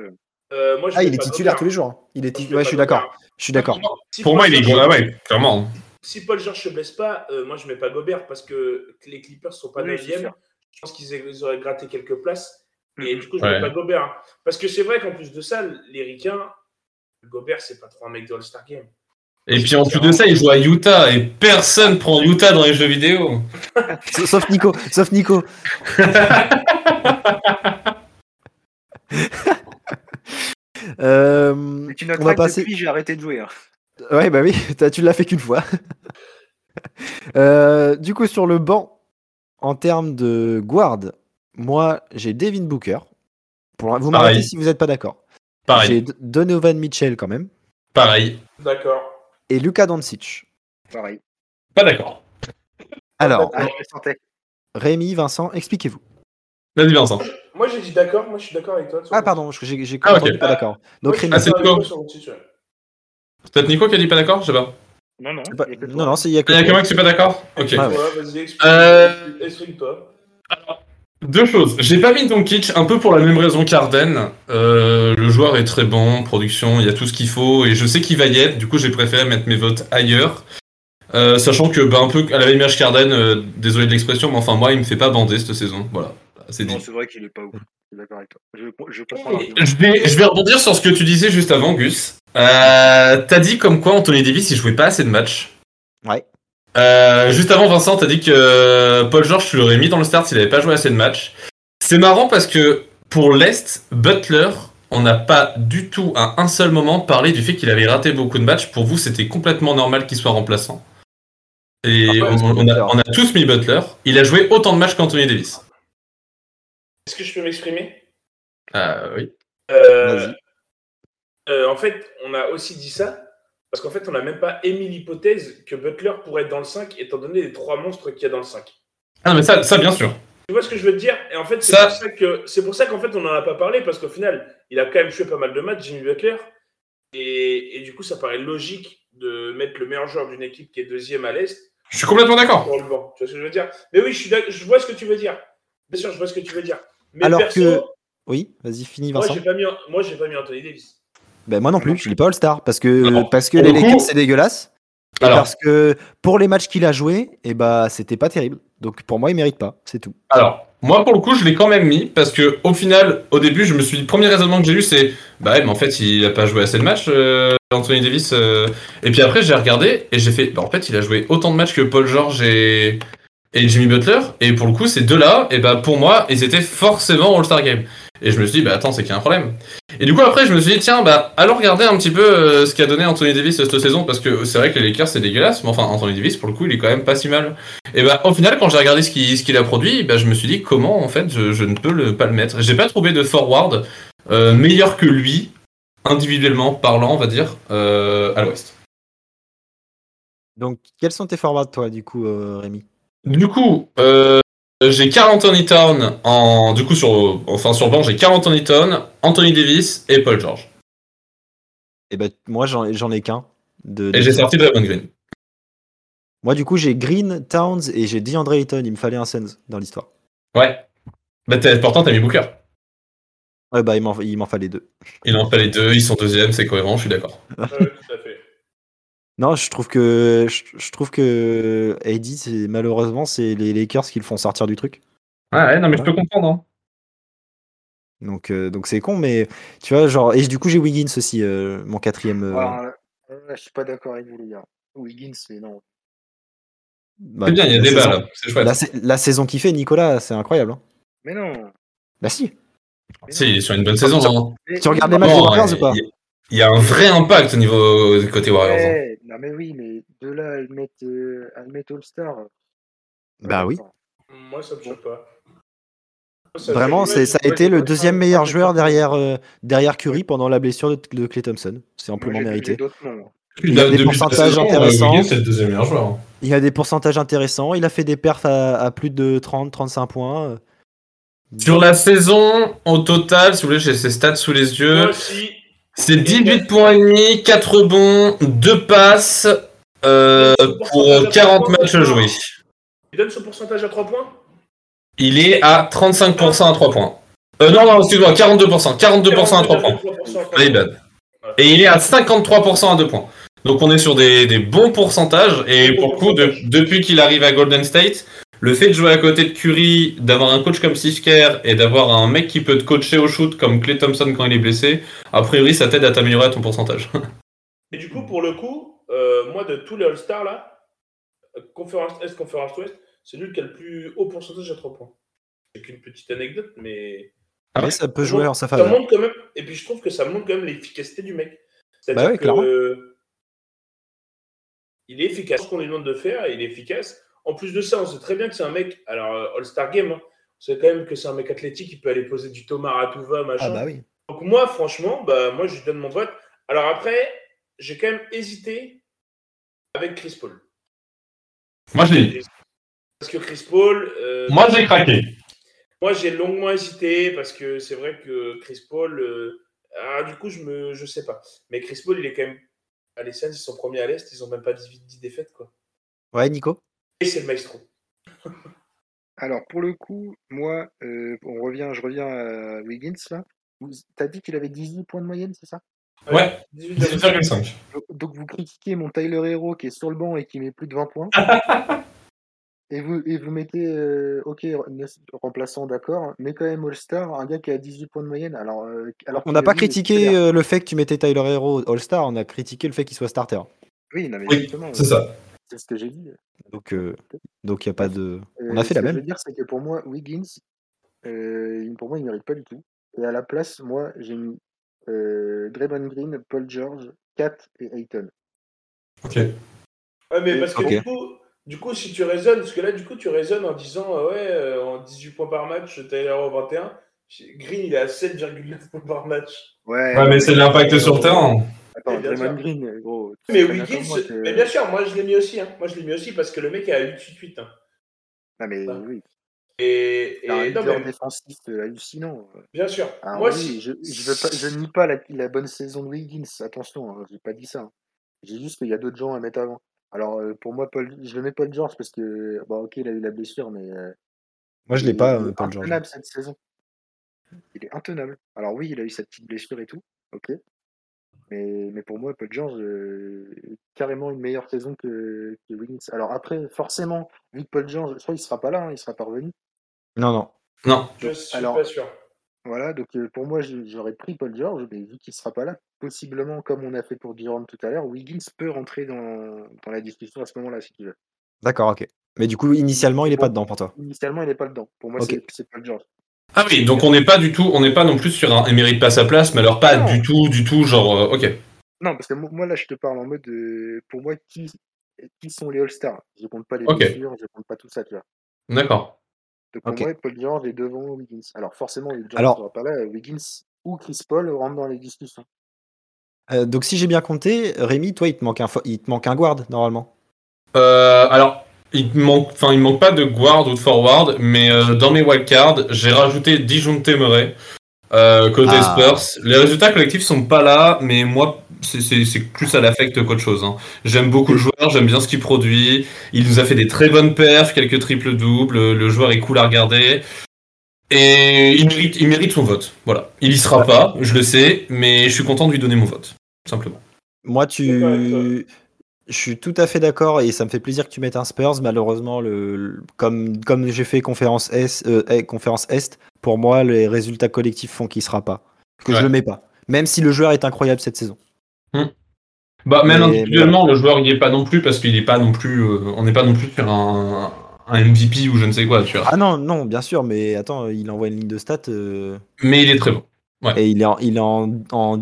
Speaker 3: euh, moi je
Speaker 6: Ah,
Speaker 3: mets
Speaker 6: il est
Speaker 3: pas
Speaker 6: titulaire
Speaker 3: Gobert.
Speaker 6: tous les jours. hein. Il est
Speaker 3: Moi,
Speaker 6: titu-
Speaker 3: mets
Speaker 6: Ouais,
Speaker 3: pas
Speaker 6: je suis d'accord.
Speaker 3: Gobert.
Speaker 6: Je suis d'accord.
Speaker 3: Si
Speaker 5: Pour moi, il est
Speaker 3: George-
Speaker 5: ah ouais, clairement.
Speaker 3: Si Paul George ne se blesse pas, euh, moi je mets pas Gobert parce que les Clippers sont pas
Speaker 4: Oui, c'est
Speaker 3: deuxième.
Speaker 4: sûr.
Speaker 3: Je pense qu'ils a- ils auraient gratté quelques places. Et
Speaker 4: Mhm.
Speaker 3: du coup, je
Speaker 5: Ouais.
Speaker 3: mets pas Gobert. hein. Parce que c'est vrai qu'en plus de ça, les Ricains, Gobert, c'est pas trop un mec de All-Star Game.
Speaker 5: Et puis en plus de ça, il joue à Utah et personne prend Utah dans les jeux vidéo.
Speaker 6: Sa- Sauf Nico. Sauf Nico. Euh,
Speaker 4: Mais tu
Speaker 6: on va
Speaker 4: noteras que
Speaker 6: passer.
Speaker 4: depuis, j'ai arrêté de jouer. hein.
Speaker 6: Ouais, bah oui, t'as- tu l'as fait qu'une fois. Euh, du coup, sur le banc, en termes de guard, moi, j'ai Devin Booker. Pour,
Speaker 5: Pareil.
Speaker 6: vous m'arrêtez si vous n'êtes pas d'accord.
Speaker 5: Pareil,
Speaker 6: J'ai D- Donovan Mitchell quand même.
Speaker 5: pareil.
Speaker 3: D'accord.
Speaker 6: Et Luka Doncic.
Speaker 4: Pareil.
Speaker 5: Pas d'accord.
Speaker 6: Alors,
Speaker 4: Ah, je le sentais.
Speaker 6: bah, Rémi, Vincent, expliquez-vous.
Speaker 5: Vas-y Vincent.
Speaker 3: Moi j'ai dit d'accord, moi je suis d'accord avec toi. sur
Speaker 6: Ah,
Speaker 3: le-
Speaker 6: pardon, je- j'ai j'ai
Speaker 5: Ah, ok.
Speaker 6: entendu pas d'accord.
Speaker 3: Moi,
Speaker 6: Donc,
Speaker 3: je suis
Speaker 6: Rémi.
Speaker 5: Ah, c'est
Speaker 3: d'accord avec toi
Speaker 5: toi.
Speaker 3: sur le titre, ouais.
Speaker 5: Peut-être Nico qui a dit pas d'accord, je sais pas.
Speaker 4: Non, non.
Speaker 6: c'est pas-
Speaker 4: il y a que toi.
Speaker 6: Non, non, c'est il y a que
Speaker 5: Il y a
Speaker 6: toi.
Speaker 5: que moi qui suis pas d'accord Ok.
Speaker 6: Ah ouais.
Speaker 3: Ouais, vas-y, explique-
Speaker 5: Euh,
Speaker 3: explique-toi.
Speaker 5: Deux choses. J'ai pas mis Doncic un peu pour la même raison qu'Arden. Euh, le joueur est très bon, production, il y a tout ce qu'il faut et je sais qu'il va y être. Du coup, j'ai préféré mettre mes votes ailleurs, Euh, sachant que bah, un peu à la même image qu'Arden. euh, désolé de l'expression, mais enfin moi, il me fait pas bander cette saison. Voilà, c'est dit.
Speaker 4: Non, c'est vrai qu'il est pas ouf. Je suis d'accord avec toi. Je, je comprends
Speaker 5: Et
Speaker 4: l'argument.
Speaker 5: Je vais, je vais rebondir sur ce que tu disais juste avant, Gus. Euh, t'as dit comme quoi Anthony Davis il jouait pas assez de matchs.
Speaker 6: Ouais.
Speaker 5: Euh, juste avant, Vincent, t'as dit que euh, Paul George, tu l'aurais mis dans le start s'il avait pas joué assez de matchs. C'est marrant parce que pour l'Est, Butler, on n'a pas du tout à un seul moment parlé du fait qu'il avait raté beaucoup de matchs. Pour vous, c'était complètement normal qu'il soit remplaçant. Et
Speaker 6: Ah ouais,
Speaker 5: on-
Speaker 6: c'est
Speaker 5: on,
Speaker 6: Butler.
Speaker 5: a, on a tous mis Butler. Il a joué autant de matchs qu'Anthony Davis.
Speaker 3: Est-ce que je peux m'exprimer
Speaker 5: Ah oui.
Speaker 3: Euh,
Speaker 6: Vas-y.
Speaker 3: euh, En fait, on a aussi dit ça parce qu'en fait, on n'a même pas émis l'hypothèse que Butler pourrait être dans le 5 étant donné les trois monstres qu'il y a dans le 5.
Speaker 5: Ah non, mais ça, ça bien sûr.
Speaker 3: Tu vois ce que je veux te dire Et en fait, c'est
Speaker 5: Ça-
Speaker 3: pour ça que c'est pour ça qu'en fait, on n'en a pas parlé parce qu'au final, il a quand même joué pas mal de matchs, Jimmy Butler, et, et du coup, ça paraît logique de mettre le meilleur joueur d'une équipe qui est deuxième à l'est
Speaker 5: Je suis complètement
Speaker 6: Ah.
Speaker 5: d'accord.
Speaker 3: pour le banc. Tu vois ce que je veux dire Mais oui, je, suis d'ac- je vois ce que tu veux dire. Bien sûr, je vois ce que tu veux dire. Mais
Speaker 6: Alors
Speaker 3: perso,
Speaker 6: que- Oui, vas-y, finis
Speaker 3: moi,
Speaker 6: Vincent.
Speaker 3: j'ai pas mis, moi, j'ai pas mis Anthony Davis.
Speaker 6: Ben, moi non plus, je l'ai pas All-Star parce
Speaker 5: Non.
Speaker 6: que, parce que
Speaker 5: Pour
Speaker 6: les
Speaker 5: le coup-
Speaker 6: Lakers c'est dégueulasse. Et
Speaker 5: Alors.
Speaker 6: parce que pour les matchs qu'il a joué, et bah c'était pas terrible. Donc pour moi il mérite pas, c'est tout.
Speaker 5: Alors, moi pour le coup, je l'ai quand même mis parce que au final, au début, je me suis dit, le premier raisonnement que j'ai eu, c'est bah ouais, mais en fait, il a pas joué assez de matchs, euh, Anthony Davis. euh. Et puis après, j'ai regardé et j'ai fait, bah en fait, il a joué autant de matchs que Paul George et, et Jimmy Butler. Et pour le coup, ces deux-là, et bah pour moi, ils étaient forcément All-Star Game. Et je me suis dit, bah attends, c'est qu'il y a un problème. Et du coup, après, je me suis dit, tiens, bah allons regarder un petit peu euh, ce qu'a donné Anthony Davis cette saison parce que c'est vrai que les Lakers, c'est dégueulasse, mais enfin, Anthony Davis, pour le coup, il est quand même pas si mal. Et bah, au final, quand j'ai regardé ce qu'il ce qu'il a produit, bah, je me suis dit comment en fait je, je ne peux le, pas le mettre. J'ai pas trouvé de forward euh, meilleur que lui, individuellement parlant, on va dire, euh, à l'ouest.
Speaker 6: Donc quels sont tes formats toi du coup euh, Rémi
Speaker 5: Du coup, euh, j'ai Carl Anthony Town en. Du coup, sur, enfin, sur le banc, j'ai Carl Anthony Town, Anthony Davis et Paul George.
Speaker 6: Et ben moi j'en ai- j'en ai qu'un. De, de-
Speaker 5: Et j'ai sorti Draymond Green.
Speaker 6: Moi du coup j'ai Green, Towns et j'ai DeAndre Ayton. Il me fallait un Suns dans l'histoire.
Speaker 5: Ouais. Bah, t'as- pourtant, t'as mis Booker.
Speaker 6: Ouais bah il m'en il m'en fallait deux.
Speaker 5: Il en fallait deux, ils sont deuxième, c'est cohérent, je suis d'accord.
Speaker 6: Ah.
Speaker 3: Ouais, tout à fait.
Speaker 6: Non je trouve que je, je trouve que AD c'est malheureusement c'est les Lakers qui le font sortir du truc.
Speaker 5: Ah ouais, non, mais je peux comprendre. hein.
Speaker 6: Donc euh, donc c'est con mais tu vois genre et du coup j'ai Wiggins aussi euh, mon quatrième. euh,
Speaker 4: Alors, là, là, Ah, je suis pas d'accord avec vous, les gars. Wiggins, c'est non.
Speaker 6: bah,
Speaker 5: C'est bien, il y a
Speaker 6: la
Speaker 5: des
Speaker 6: saison-
Speaker 5: balles, c'est chouette.
Speaker 6: La, sa- la saison qu'il fait, Nicolas, c'est incroyable. hein.
Speaker 4: Mais non.
Speaker 6: Bah si.
Speaker 4: mais
Speaker 5: Si,
Speaker 4: non.
Speaker 5: il est sur une bonne saison. hein.
Speaker 4: Mais-
Speaker 6: Tu regardes les matchs des
Speaker 5: Bon,
Speaker 6: Warriors
Speaker 5: euh,
Speaker 6: ou pas
Speaker 5: y- Il y a un vrai impact au niveau du côté Warriors. hein.
Speaker 4: Ouais, Non, mais oui, mais de là à le mettre, euh, à le mettre All-Star.
Speaker 6: Bah oui.
Speaker 4: attends.
Speaker 3: Moi, ça me choque pas. Moi, Ça,
Speaker 6: Vraiment,
Speaker 3: j'ai-
Speaker 6: c'est, ça a
Speaker 3: ouais,
Speaker 6: été
Speaker 3: j'ai-
Speaker 6: le deuxième meilleur joueur derrière, euh, derrière Curry pendant la blessure de, de Clay Thompson. C'est
Speaker 4: Moi,
Speaker 6: amplement
Speaker 4: j'ai- j'ai
Speaker 6: mérité.
Speaker 4: d'autres noms, hein. moi.
Speaker 6: Il a des pourcentages intéressants.
Speaker 5: euh, c'est le deuxième meilleur joueur. hein.
Speaker 6: Il a des pourcentages intéressants. Il a fait des perfs à, à plus de 30-35 points.
Speaker 5: Sur la saison, au total, si vous voulez, j'ai ses stats sous les yeux.
Speaker 3: Moi aussi,
Speaker 5: C'est 18 points et demi, 4 rebonds, 2 passes euh, pour 40 matchs joués.
Speaker 3: il donne son pourcentage à 3 points
Speaker 5: Il est à 35% à 3 points. Euh, non, non, excuse-moi, 42%. 42% à 3 points. bah.
Speaker 3: 42% à trois
Speaker 5: My
Speaker 3: points.
Speaker 5: bad. Et il est à 53% à 2 points. Donc on est sur des, des bons pourcentages. Et pour le coup, de- depuis qu'il arrive à Golden State, le fait de jouer à côté de Curry, d'avoir un coach comme Steve Kerr et d'avoir un mec qui peut te coacher au shoot comme Clay Thompson quand il est blessé, a priori ça t'aide à t'améliorer à ton pourcentage.
Speaker 3: Et du coup, pour le coup, euh, moi, de tous les All-Stars, là, euh, conférence Est, conférence Ouest, c'est lui qui a le plus haut pourcentage à 3 points. C'est qu'une petite anecdote, mais
Speaker 5: Ah ouais
Speaker 6: Mais ça peut jouer en sa
Speaker 3: ça
Speaker 6: faveur.
Speaker 3: montre quand même. Et puis, je trouve que ça montre quand même l'efficacité du mec. C'est-à-dire
Speaker 6: Bah ouais,
Speaker 3: que
Speaker 6: clairement.
Speaker 3: euh, il est efficace. Ce qu'on lui demande de faire, il est efficace. En plus de ça, on sait très bien que c'est un mec. Alors, euh, All-Star Game, hein, on sait quand même que c'est un mec athlétique qui peut aller poser du Thomas à tout va, machin.
Speaker 6: Ah bah oui.
Speaker 3: Donc moi, franchement, bah, moi, je lui donne mon vote. Alors après, j'ai quand même hésité avec Chris Paul.
Speaker 5: Moi je l'ai dit.
Speaker 3: Parce que Chris Paul... euh,
Speaker 5: Moi j'ai craqué.
Speaker 3: Moi, j'ai longuement hésité parce que c'est vrai que Chris Paul... euh, ah, du coup, je me, je sais pas. Mais Chris Paul, il est quand même... Ah, les Suns, ils sont premiers à l'Est, ils ont même pas 10, 10 défaites, quoi.
Speaker 6: Ouais, Nico
Speaker 3: Et c'est le maestro.
Speaker 4: Alors, pour le coup, moi, euh, on revient, je reviens à Wiggins, là. Vous- T'as dit qu'il avait 18 points de moyenne, c'est ça
Speaker 5: Ouais.
Speaker 3: 18,5.
Speaker 4: Donc- Donc, vous critiquez mon Tyler Hero qui est sur le banc et qui met plus de 20 points. et, vous, et vous mettez, euh, ok, ne- remplaçant, d'accord, hein, mais quand même All-Star, un gars qui a 18 points de moyenne. Alors, euh, alors
Speaker 6: On
Speaker 4: qu'il
Speaker 6: n'a
Speaker 4: a
Speaker 6: pas
Speaker 4: mis les
Speaker 6: critiqué
Speaker 4: titulaires.
Speaker 6: euh, le fait que tu mettais Tyler Hero All-Star, on a critiqué le fait qu'il soit starter.
Speaker 4: Oui, non, mais
Speaker 5: Oui,
Speaker 4: exactement,
Speaker 5: c'est
Speaker 4: euh,
Speaker 5: ça.
Speaker 4: C'est ce que j'ai dit.
Speaker 6: Donc il donc n'y a pas de. On
Speaker 4: Euh,
Speaker 6: a fait
Speaker 4: ce
Speaker 6: la
Speaker 4: que
Speaker 6: même.
Speaker 4: Je veux dire, c'est que pour moi, Wiggins, euh, il- pour moi, il ne mérite pas du tout. Et à la place, moi, j'ai mis euh, Draymond Green, Paul George, Kat et Ayton.
Speaker 3: Ouais, mais parce que
Speaker 6: Ok.
Speaker 3: du coup, du coup, si tu raisonnes, parce que là, du coup, tu raisonnes en disant, euh, ouais, euh, en 18 points par match, Tyler au 21, Green, il est à 7,9 points par match.
Speaker 4: Ouais,
Speaker 5: l'impact
Speaker 3: sur terrain.
Speaker 4: Attends,
Speaker 3: bien
Speaker 4: Draymond
Speaker 3: sûr.
Speaker 4: Green, gros. tu
Speaker 3: Mais
Speaker 4: te connais comme
Speaker 3: Wiggins,
Speaker 4: moi que-
Speaker 3: mais bien sûr, moi je l'ai mis aussi. hein. Moi je l'ai mis aussi parce que le mec est à 8-8. hein.
Speaker 4: Non, mais
Speaker 3: Ouais.
Speaker 4: oui,
Speaker 3: Et,
Speaker 4: il a un
Speaker 3: et non,
Speaker 4: leader
Speaker 3: mais
Speaker 4: défensif euh, hallucinant.
Speaker 3: bien sûr.
Speaker 4: Alors
Speaker 3: moi
Speaker 4: oui,
Speaker 3: si-
Speaker 4: je, je, veux pas, je nie pas la, la bonne saison de Wiggins, attention, hein, j'ai pas dit ça. hein. J'ai juste qu'il y a d'autres gens à mettre avant. Alors euh, pour moi, Paul, je le mets Paul George parce que, bah, ok, il a eu la blessure, mais. euh,
Speaker 6: Moi je l'ai
Speaker 4: il-
Speaker 6: pas,
Speaker 4: il
Speaker 6: euh,
Speaker 4: est
Speaker 6: Paul George.
Speaker 4: intenable cette saison. Il est intenable. Alors oui, il a eu sa petite blessure et tout, ok. Mais, mais pour moi, Paul George, euh, est carrément une meilleure saison que, que Wiggins. Alors après, forcément, vu que Paul George, je crois qu'il sera pas là, hein, il sera pas revenu.
Speaker 6: Non, non.
Speaker 3: je suis
Speaker 4: alors-
Speaker 3: pas sûr.
Speaker 4: Voilà, donc euh, pour moi, je- j'aurais pris Paul George, mais vu qu'il ne sera pas là, possiblement, comme on a fait pour Durant tout à l'heure, Wiggins peut rentrer dans, dans la discussion à ce moment-là, si tu veux.
Speaker 6: D'accord, ok. Mais du coup, initialement, il est pas
Speaker 4: Bon.
Speaker 6: dedans pour toi.
Speaker 4: Initialement, il n'est pas dedans. Pour moi,
Speaker 6: Ok.
Speaker 4: c'est- c'est Paul George.
Speaker 5: Ah oui, donc on n'est pas du tout, on n'est pas non plus sur un il mérite pas sa place, mais alors pas
Speaker 4: Non.
Speaker 5: du tout, du tout, genre euh, ok.
Speaker 4: Non, parce que mo- moi, là, je te parle en mode, euh, pour moi, qui, qui sont les All-Stars? Je compte pas les
Speaker 5: Ok.
Speaker 4: blessures, je compte pas tout ça, tu vois.
Speaker 5: D'accord.
Speaker 4: Donc pour
Speaker 6: Ok.
Speaker 4: moi, Paul George est devant Wiggins. Alors forcément, Paul George ne
Speaker 6: Alors-
Speaker 4: sera pas là, euh, Wiggins ou Chris Paul rentrent dans les discussions.
Speaker 6: Euh, donc si j'ai bien compté, Rémi, toi, il te manque un, fo- il te manque un guard normalement.
Speaker 5: Euh, alors, il me manque, enfin, il me manque pas de guard ou de forward, mais euh, dans mes wildcards, j'ai rajouté Dijon Temeray euh, côté
Speaker 6: Ah.
Speaker 5: Spurs. Les résultats collectifs sont pas là, mais moi, c'est- c'est c'est plus à l'affect qu'autre chose. hein. J'aime beaucoup le joueur, j'aime bien ce qu'il produit. Il nous a fait des très bonnes perfs, quelques triples doubles. Le joueur est cool à regarder. Et il mérite, il mérite son vote. Voilà. Il y sera pas, je le sais, mais je suis content de lui donner mon vote. Simplement.
Speaker 6: Moi, tu.
Speaker 3: D'accord avec toi.
Speaker 6: Je suis tout à fait d'accord et ça me fait plaisir que tu mettes un Spurs. Malheureusement, le, le- comme, comme j'ai fait conférence Est, euh, eh, conférence Est, pour moi, les résultats collectifs font qu'il sera pas. Que
Speaker 5: Ouais.
Speaker 6: je le mets pas. Même si le joueur est incroyable cette saison.
Speaker 5: Bah, même
Speaker 6: Mais-
Speaker 5: individuellement, le joueur n'y est pas non plus parce qu'il est pas non plus. euh, on n'est pas non plus sur un, un MVP ou je ne sais quoi, tu vois.
Speaker 6: Ah non, non, bien sûr, mais attends, il envoie une ligne de stats euh,
Speaker 5: Mais il est très bon.
Speaker 6: et il est en, il est en, en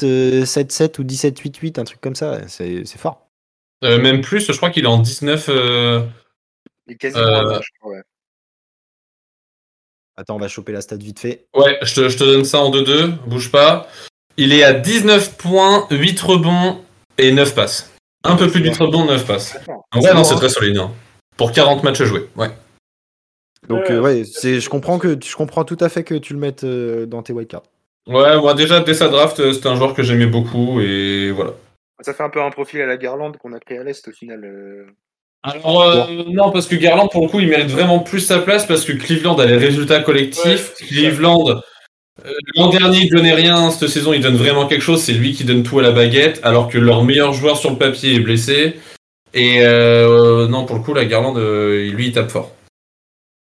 Speaker 6: 17-7-7 ou 17-8-8, un truc comme ça. C'est c'est fort.
Speaker 5: Euh, même plus, je crois qu'il est en 19. euh,
Speaker 4: Et quasiment
Speaker 5: Euh,
Speaker 4: à l'heure, je crois, ouais.
Speaker 6: Attends, on va choper la stat vite fait.
Speaker 5: Ouais, je te, je te donne ça en 2-2, bouge pas. Il est à 19 points, 8 rebonds et 9 passes. Un peu plus de 8 rebonds, 9 passes.
Speaker 4: Attends,
Speaker 5: En vrai, non, c'est très solide. hein. Pour 40 matchs joués, ouais.
Speaker 6: Donc
Speaker 3: Ouais,
Speaker 6: euh, ouais,
Speaker 3: c'est-
Speaker 6: c'est, je comprends que je comprends tout à fait que tu le mettes euh, dans tes wildcards.
Speaker 5: Ouais, moi déjà, dès sa draft, euh, c'était un joueur que j'aimais beaucoup et voilà.
Speaker 4: ça fait un peu un profil à la Garland qu'on a pris à l'Est au final. euh.
Speaker 5: Alors, euh, non, parce que Garland, pour le coup, il mérite vraiment plus sa place parce que Cleveland a les résultats collectifs.
Speaker 3: Ouais.
Speaker 5: Cleveland, euh, l'an dernier, il donnait rien. Cette saison, il donne vraiment quelque chose. C'est lui qui donne tout à la baguette, alors que leur meilleur joueur sur le papier est blessé. Et euh, non, pour le coup, la Garland, euh, lui, il tape fort.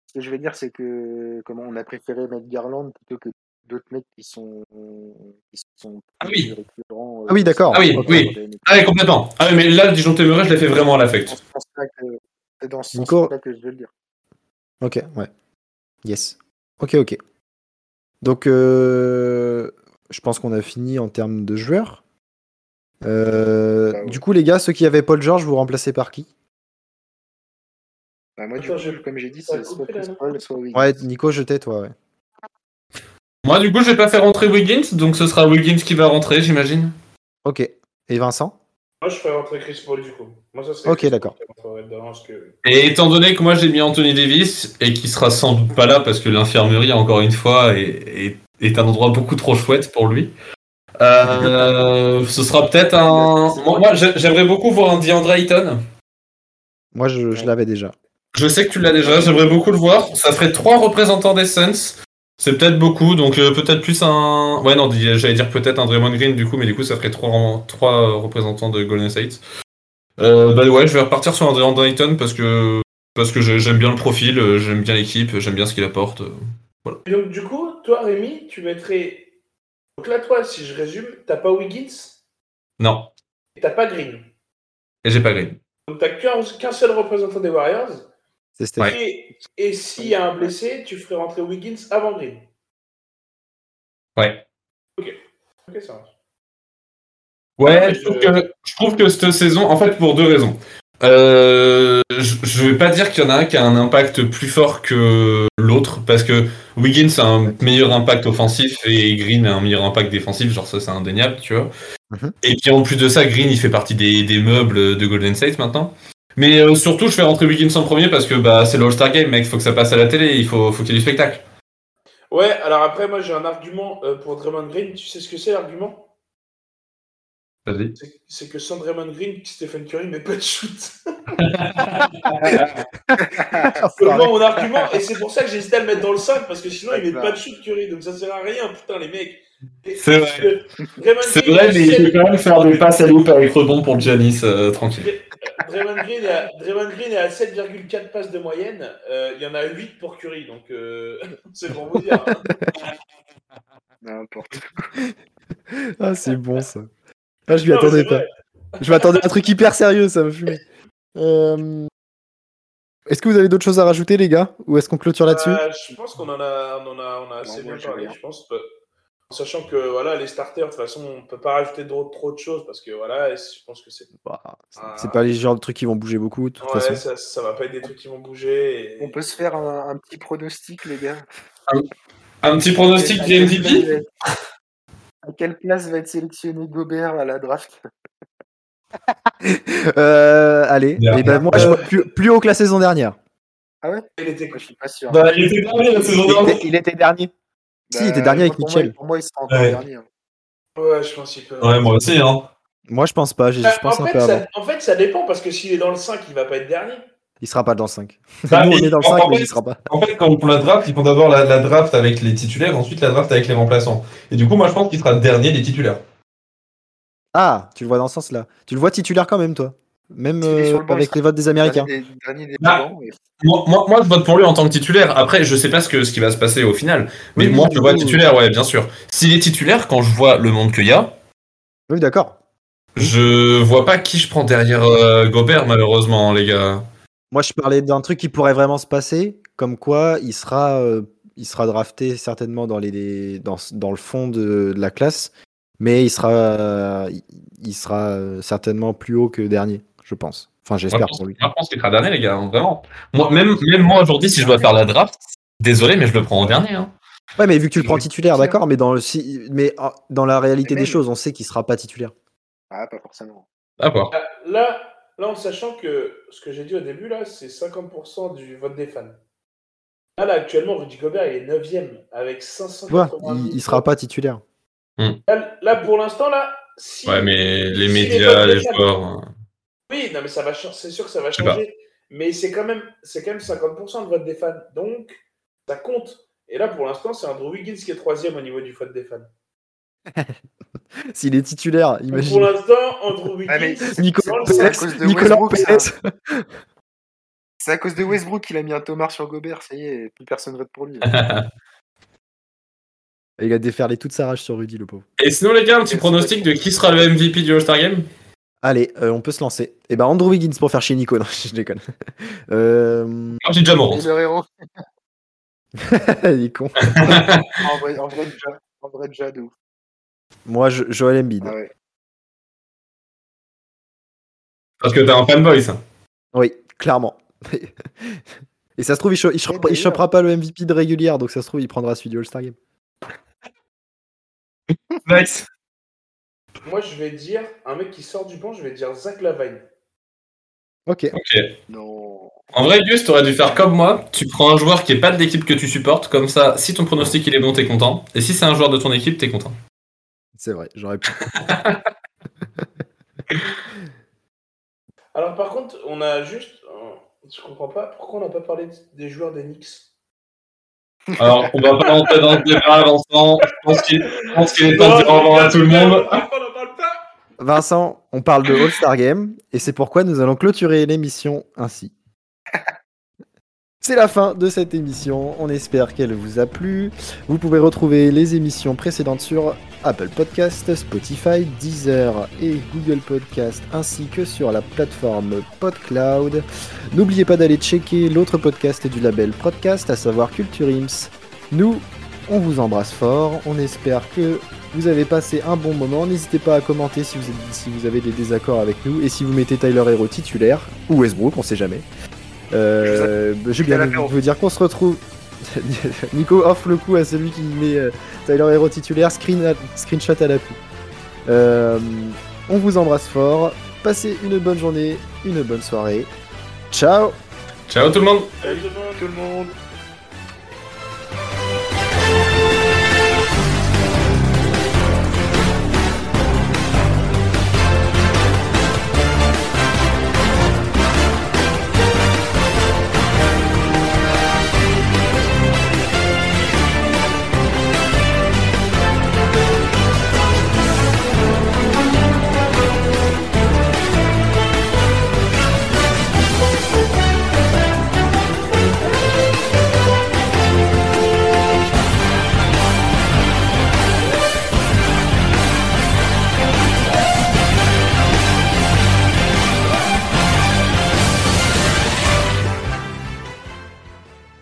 Speaker 4: Ce que je vais dire, c'est que comment on a préféré mettre Garland plutôt que d'autres mecs qui sont. Qui sont
Speaker 5: Ah oui.
Speaker 4: récurrents, euh,
Speaker 6: Ah oui, d'accord.
Speaker 5: Ah oui,
Speaker 4: dans-
Speaker 5: oui.
Speaker 4: dans les-
Speaker 5: Ah, ouais, complètement. Ah, ouais, mais là, le Dijon Temeray, je l'ai fait vraiment à
Speaker 4: C'est
Speaker 5: l'affect.
Speaker 4: dans ce sens-là que- c'est dans ce
Speaker 6: Nico.
Speaker 4: sens-là que je veux le dire.
Speaker 6: Ok, ouais. Yes. Ok, ok. Donc, euh, je pense qu'on a fini en termes de joueurs. Euh,
Speaker 4: Bah ouais.
Speaker 6: Du coup, les gars, ceux qui avaient Paul George, vous remplacez par qui
Speaker 4: Bah, moi, du
Speaker 3: Attends,
Speaker 4: coup,
Speaker 3: je-
Speaker 4: comme j'ai dit,
Speaker 3: ça a
Speaker 4: c'est soit
Speaker 3: coupé, là,
Speaker 4: Chris
Speaker 3: non
Speaker 4: Paul, soit Wiggins.
Speaker 6: Ouais, Nico, je t'ai, toi, ouais.
Speaker 5: Moi, du coup, je vais pas faire rentrer Wiggins, donc ce sera Wiggins qui va rentrer, j'imagine.
Speaker 6: Ok. Et Vincent
Speaker 3: Moi, je ferais rentrer Chris Paul du coup. Moi, ça serait
Speaker 6: Ok,
Speaker 3: Chris Paul
Speaker 6: d'accord.
Speaker 3: qui rentrerait dedans, parce que-
Speaker 5: Et étant donné que moi j'ai mis Anthony Davis et qui sera sans doute pas là parce que l'infirmerie encore une fois est, est- est un endroit beaucoup trop chouette pour lui. euh, ce sera peut-être un. Moi, moi, j'ai- j'aimerais beaucoup voir un DeAndre Ayton.
Speaker 6: Moi, je, je
Speaker 4: Ouais.
Speaker 6: l'avais déjà.
Speaker 5: Je sais que tu l'as déjà. J'aimerais beaucoup le voir. Ça ferait trois représentants des Suns. C'est peut-être beaucoup, donc euh, peut-être plus un. Ouais, non, j'allais dire peut-être un Draymond Green du coup, mais du coup ça ferait trois en- trois euh, représentants de Golden State. Euh, bah ouais, je vais repartir sur un DeAndre Ayton parce que parce que je- j'aime bien le profil, euh, j'aime bien l'équipe, j'aime bien ce qu'il apporte.
Speaker 3: Et donc, du coup, toi, Rémi, tu mettrais. Donc là, toi, si je résume, t'as pas Wiggins
Speaker 5: Non,
Speaker 3: et t'as pas Green.
Speaker 5: et j'ai pas Green.
Speaker 3: Donc, t'as qu'un qu'un seul représentant des Warriors.
Speaker 6: C'est Steph.
Speaker 3: Et, et s'il y a un blessé, tu ferais rentrer Wiggins avant Green.
Speaker 5: Ouais.
Speaker 3: Ok, ça marche.
Speaker 5: Ouais, je trouve que, je trouve que cette saison, en fait, pour deux raisons. Euh, je, je vais pas dire qu'il y en a un qui a un impact plus fort que l'autre, parce que Wiggins a un meilleur impact offensif et Green a un meilleur impact défensif, genre ça c'est indéniable, tu vois.
Speaker 6: Mhm.
Speaker 5: Et puis en plus de ça, Green il fait partie des, des meubles de Golden State maintenant. Mais euh, surtout, je fais rentrer Wiggins en premier parce que bah, c'est l'All-Star Game, mec, faut que ça passe à la télé, il faut, faut qu'il y ait du spectacle.
Speaker 3: Ouais, alors après, moi, j'ai un argument euh, pour Draymond Green. Tu sais ce que c'est l'argument
Speaker 5: Vas-y.
Speaker 3: C'est- C'est que sans Draymond Green, Stephen Curry met pas de shoot.
Speaker 6: Ah,
Speaker 3: C'est vraiment mon argument. Et c'est pour ça que j'ai hésité à le mettre dans le 5, parce que sinon, il met pas de shoot Curry. Donc, ça sert à rien, putain, les mecs.
Speaker 5: C'est vrai.
Speaker 3: Parce que Draymond
Speaker 5: C'est
Speaker 3: Green,
Speaker 5: vrai, mais
Speaker 3: si
Speaker 5: il
Speaker 3: elle-
Speaker 5: peut quand même faire des passes à loupe avec rebond pour Giannis, euh, tranquille.
Speaker 3: Draymond Green est à, Draymond Green est à 7,4 passes de moyenne. Euh, Il y en a 8 pour Curry, donc euh, c'est pour vous dire.
Speaker 4: N'importe.
Speaker 6: Ah, c'est bon, ça. Ah, je m'y
Speaker 3: Non, mais
Speaker 6: attendais
Speaker 3: c'est
Speaker 6: pas.
Speaker 3: vrai.
Speaker 6: Je m'attendais à un truc hyper sérieux, ça m'a fumé. Euh, Est-ce que vous avez d'autres choses à rajouter, les gars Ou est-ce qu'on clôture là-dessus
Speaker 3: Euh, je pense qu'on en a, on en a, on a assez
Speaker 4: Non, moi,
Speaker 3: bien
Speaker 4: j'ai
Speaker 3: parlé,
Speaker 4: rien.
Speaker 3: je pense. peu- En sachant que voilà, les starters, de toute façon, on peut pas rajouter trop, trop de choses parce que voilà, et je pense que c'est.
Speaker 6: Bah, c'est-
Speaker 3: Ah.
Speaker 6: C'est pas les genres de trucs qui vont bouger beaucoup, de toute façon.
Speaker 3: Ouais, ça, ça va pas être des trucs qui vont bouger. et-
Speaker 4: On peut se faire un, un petit pronostic, les gars.
Speaker 5: Un petit pronostic
Speaker 4: À
Speaker 5: du
Speaker 4: quelle place
Speaker 5: MVP
Speaker 4: va être- À quelle place va être sélectionné Gobert à la draft
Speaker 6: Euh, allez,
Speaker 5: Bien.
Speaker 6: Eh ben, moi, je vois plus, plus haut que la saison dernière.
Speaker 3: Il était-
Speaker 4: Moi, Je suis pas sûr.
Speaker 5: Bah, il était dernier la saison
Speaker 6: Il
Speaker 5: dernière.
Speaker 6: était, dernier. si, il était dernier avec
Speaker 4: Bah, pour moi,
Speaker 6: Mitchell.
Speaker 4: pour moi, il sera encore
Speaker 5: Ouais.
Speaker 4: dernier. hein.
Speaker 3: Ouais, je pense qu'il peut.
Speaker 5: Ouais, moi aussi, hein.
Speaker 6: Moi, je pense pas. j'ai-
Speaker 3: Euh,
Speaker 6: Je pense
Speaker 3: en,
Speaker 6: un
Speaker 3: fait,
Speaker 6: peu avant.
Speaker 3: ça, en fait, ça dépend parce que s'il est dans le 5, il va pas être dernier.
Speaker 6: Il sera pas dans le 5.
Speaker 5: Bah,
Speaker 6: Nous, on
Speaker 5: il-
Speaker 6: est dans le
Speaker 5: en
Speaker 6: 5, mais
Speaker 5: fait-
Speaker 6: il sera pas.
Speaker 5: En fait, quand on prend la draft, ils font d'abord la, la draft avec les titulaires, ensuite la draft avec les remplaçants. Et du coup, moi, je pense qu'il sera dernier des titulaires.
Speaker 6: Ah, tu le vois dans ce sens-là. Tu le vois titulaire quand même, toi. Même
Speaker 4: S'il est
Speaker 6: euh,
Speaker 4: sur le banc, il
Speaker 6: avec
Speaker 4: sera
Speaker 6: les votes des
Speaker 4: Dernier
Speaker 6: Américains.
Speaker 4: des, dernier des
Speaker 5: Ah.
Speaker 4: blancs, et-
Speaker 5: Moi, moi, moi, je vote pour lui en tant que titulaire. Après, je sais pas ce, que, ce qui va se passer au final. Mais
Speaker 6: Oui,
Speaker 5: moi,
Speaker 6: oui,
Speaker 5: je vois
Speaker 6: oui,
Speaker 5: titulaire, ouais, bien sûr. S'il est titulaire, quand je vois le monde qu'il y a,
Speaker 6: Oui, d'accord.
Speaker 5: je vois pas qui je prends derrière euh, Gobert, malheureusement, les gars.
Speaker 6: Moi, je parlais d'un truc qui pourrait vraiment se passer, comme quoi il sera, euh, il sera drafté certainement dans, les, les- dans, dans le fond de, de la classe, mais il sera, euh, il- il sera euh, certainement plus haut que dernier, je pense. Enfin,
Speaker 5: Moi, je
Speaker 6: j'espère
Speaker 5: pense,
Speaker 6: pour lui.
Speaker 5: moi, je pense qu'il sera dernier, les gars, hein, vraiment. Moi, même, même moi, aujourd'hui, si je dois faire la draft, Désolé, mais je le prends en dernier. hein.
Speaker 6: Ouais, mais vu que tu le
Speaker 4: Je
Speaker 6: prends
Speaker 4: vais
Speaker 6: titulaire,
Speaker 4: te dire.
Speaker 6: d'accord, mais dans, le, si- mais ah, dans la réalité
Speaker 4: Mais
Speaker 6: des
Speaker 4: même-
Speaker 6: choses, on sait qu'il sera pas titulaire.
Speaker 4: Ah, pas forcément.
Speaker 5: D'accord.
Speaker 3: Là, là, en sachant que ce que j'ai dit au début, là, c'est 50% du vote des fans. Là, là, actuellement, Rudy Gobert, il est 9ème avec
Speaker 6: Tu vois,
Speaker 3: 580
Speaker 6: il, il sera pas titulaire.
Speaker 3: Là, là, pour l'instant, là, si...
Speaker 5: Ouais, mais les
Speaker 3: Si les
Speaker 5: médias,
Speaker 3: votes
Speaker 5: les
Speaker 3: des fans-
Speaker 5: joueurs. euh,
Speaker 3: Oui, non, mais ça va changer, c'est sûr que ça va
Speaker 5: sais pas.
Speaker 3: changer. Mais c'est quand même, c'est quand même 50% de vote des fans. Donc, ça compte. Et là, pour l'instant, c'est Andrew Wiggins qui est troisième au niveau du vote des fans.
Speaker 6: S'il est titulaire,
Speaker 3: Donc, pour
Speaker 6: imagine.
Speaker 3: l'instant, Andrew Wiggins,
Speaker 4: Ah, mais-
Speaker 6: Nicolas
Speaker 3: c'est à
Speaker 6: Pérez,
Speaker 4: cause de
Speaker 6: Nicolas
Speaker 4: Westbrook,
Speaker 6: Pérez.
Speaker 4: C'est à cause de Westbrook qu'il a mis un Thomas sur Gobert, ça y est, plus personne vote pour lui.
Speaker 5: Ah,
Speaker 6: Il a déferlé toute sa rage sur Rudy, le pauvre.
Speaker 5: Et sinon, les gars, un petit pronostic de qui sera le MVP du All-Star Game
Speaker 6: Allez, euh, on peut se lancer. Et ben Andrew Wiggins pour faire chier Nico, non, je déconne. Euh,
Speaker 5: Moi, j'ai déjà Morant.
Speaker 4: Et leur héros
Speaker 6: il est con.
Speaker 4: En vrai, en vrai, déjà, en vrai, déjà, de ouf.
Speaker 6: Moi, je- Joel Embiid.
Speaker 4: Ah ouais.
Speaker 5: Parce que t'es un fanboy, ça.
Speaker 6: Oui, clairement. Et ça se trouve, il, cho- il cho-
Speaker 4: Et
Speaker 6: il
Speaker 4: d'ailleurs-
Speaker 6: chopera pas le MVP de régulière, donc ça se trouve, il prendra celui du All-Star Game.
Speaker 5: Nice.
Speaker 3: moi, je vais dire, un mec qui sort du banc, je vais dire Zach Lavine.
Speaker 6: Ok.
Speaker 4: Non.
Speaker 5: En vrai, Gus, t'aurais dû faire comme moi. Tu prends un joueur qui est pas de l'équipe que tu supportes. Comme ça, si ton pronostic il est bon, t'es content. Et si c'est un joueur de ton équipe, t'es content.
Speaker 6: C'est vrai, j'aurais pu.
Speaker 3: Alors, par contre, on a juste. euh, Je comprends pas pourquoi on n'a pas parlé de- des joueurs des Knicks.
Speaker 5: Alors, on va pas rentrer dans le débat, Vincent. Je pense qu'il je pense qu'il est temps de dire au revoir à tout le monde.
Speaker 3: On n'en parle pas
Speaker 6: Vincent, on parle de All-Star Game, et c'est pourquoi nous allons clôturer l'émission ainsi. C'est la fin de cette émission, on espère qu'elle vous a plu. Vous pouvez retrouver les émissions précédentes sur Apple Podcast, Spotify, Deezer et Google Podcast, ainsi que sur la plateforme PodCloud. N'oubliez pas d'aller checker l'autre podcast du label Podcast, à savoir Culture Ims. Nous, on vous embrasse fort, on espère que vous avez passé un bon moment. N'hésitez pas à commenter si vous, êtes- si vous avez des désaccords avec nous et si vous mettez Tyler Hero titulaire ou Westbrook, on sait jamais. Euh, bah, J'ai bien
Speaker 4: à
Speaker 6: envie de
Speaker 4: l'apéro.
Speaker 6: vous dire qu'on se retrouve. Nico offre le coup à celui qui met euh, Tyler Hero titulaire, screen à- screenshot à l'appui. Euh, on vous embrasse fort. Passez une bonne journée, une bonne soirée. Ciao
Speaker 5: Ciao tout le monde.
Speaker 3: Salut tout le monde.
Speaker 4: Tout le monde.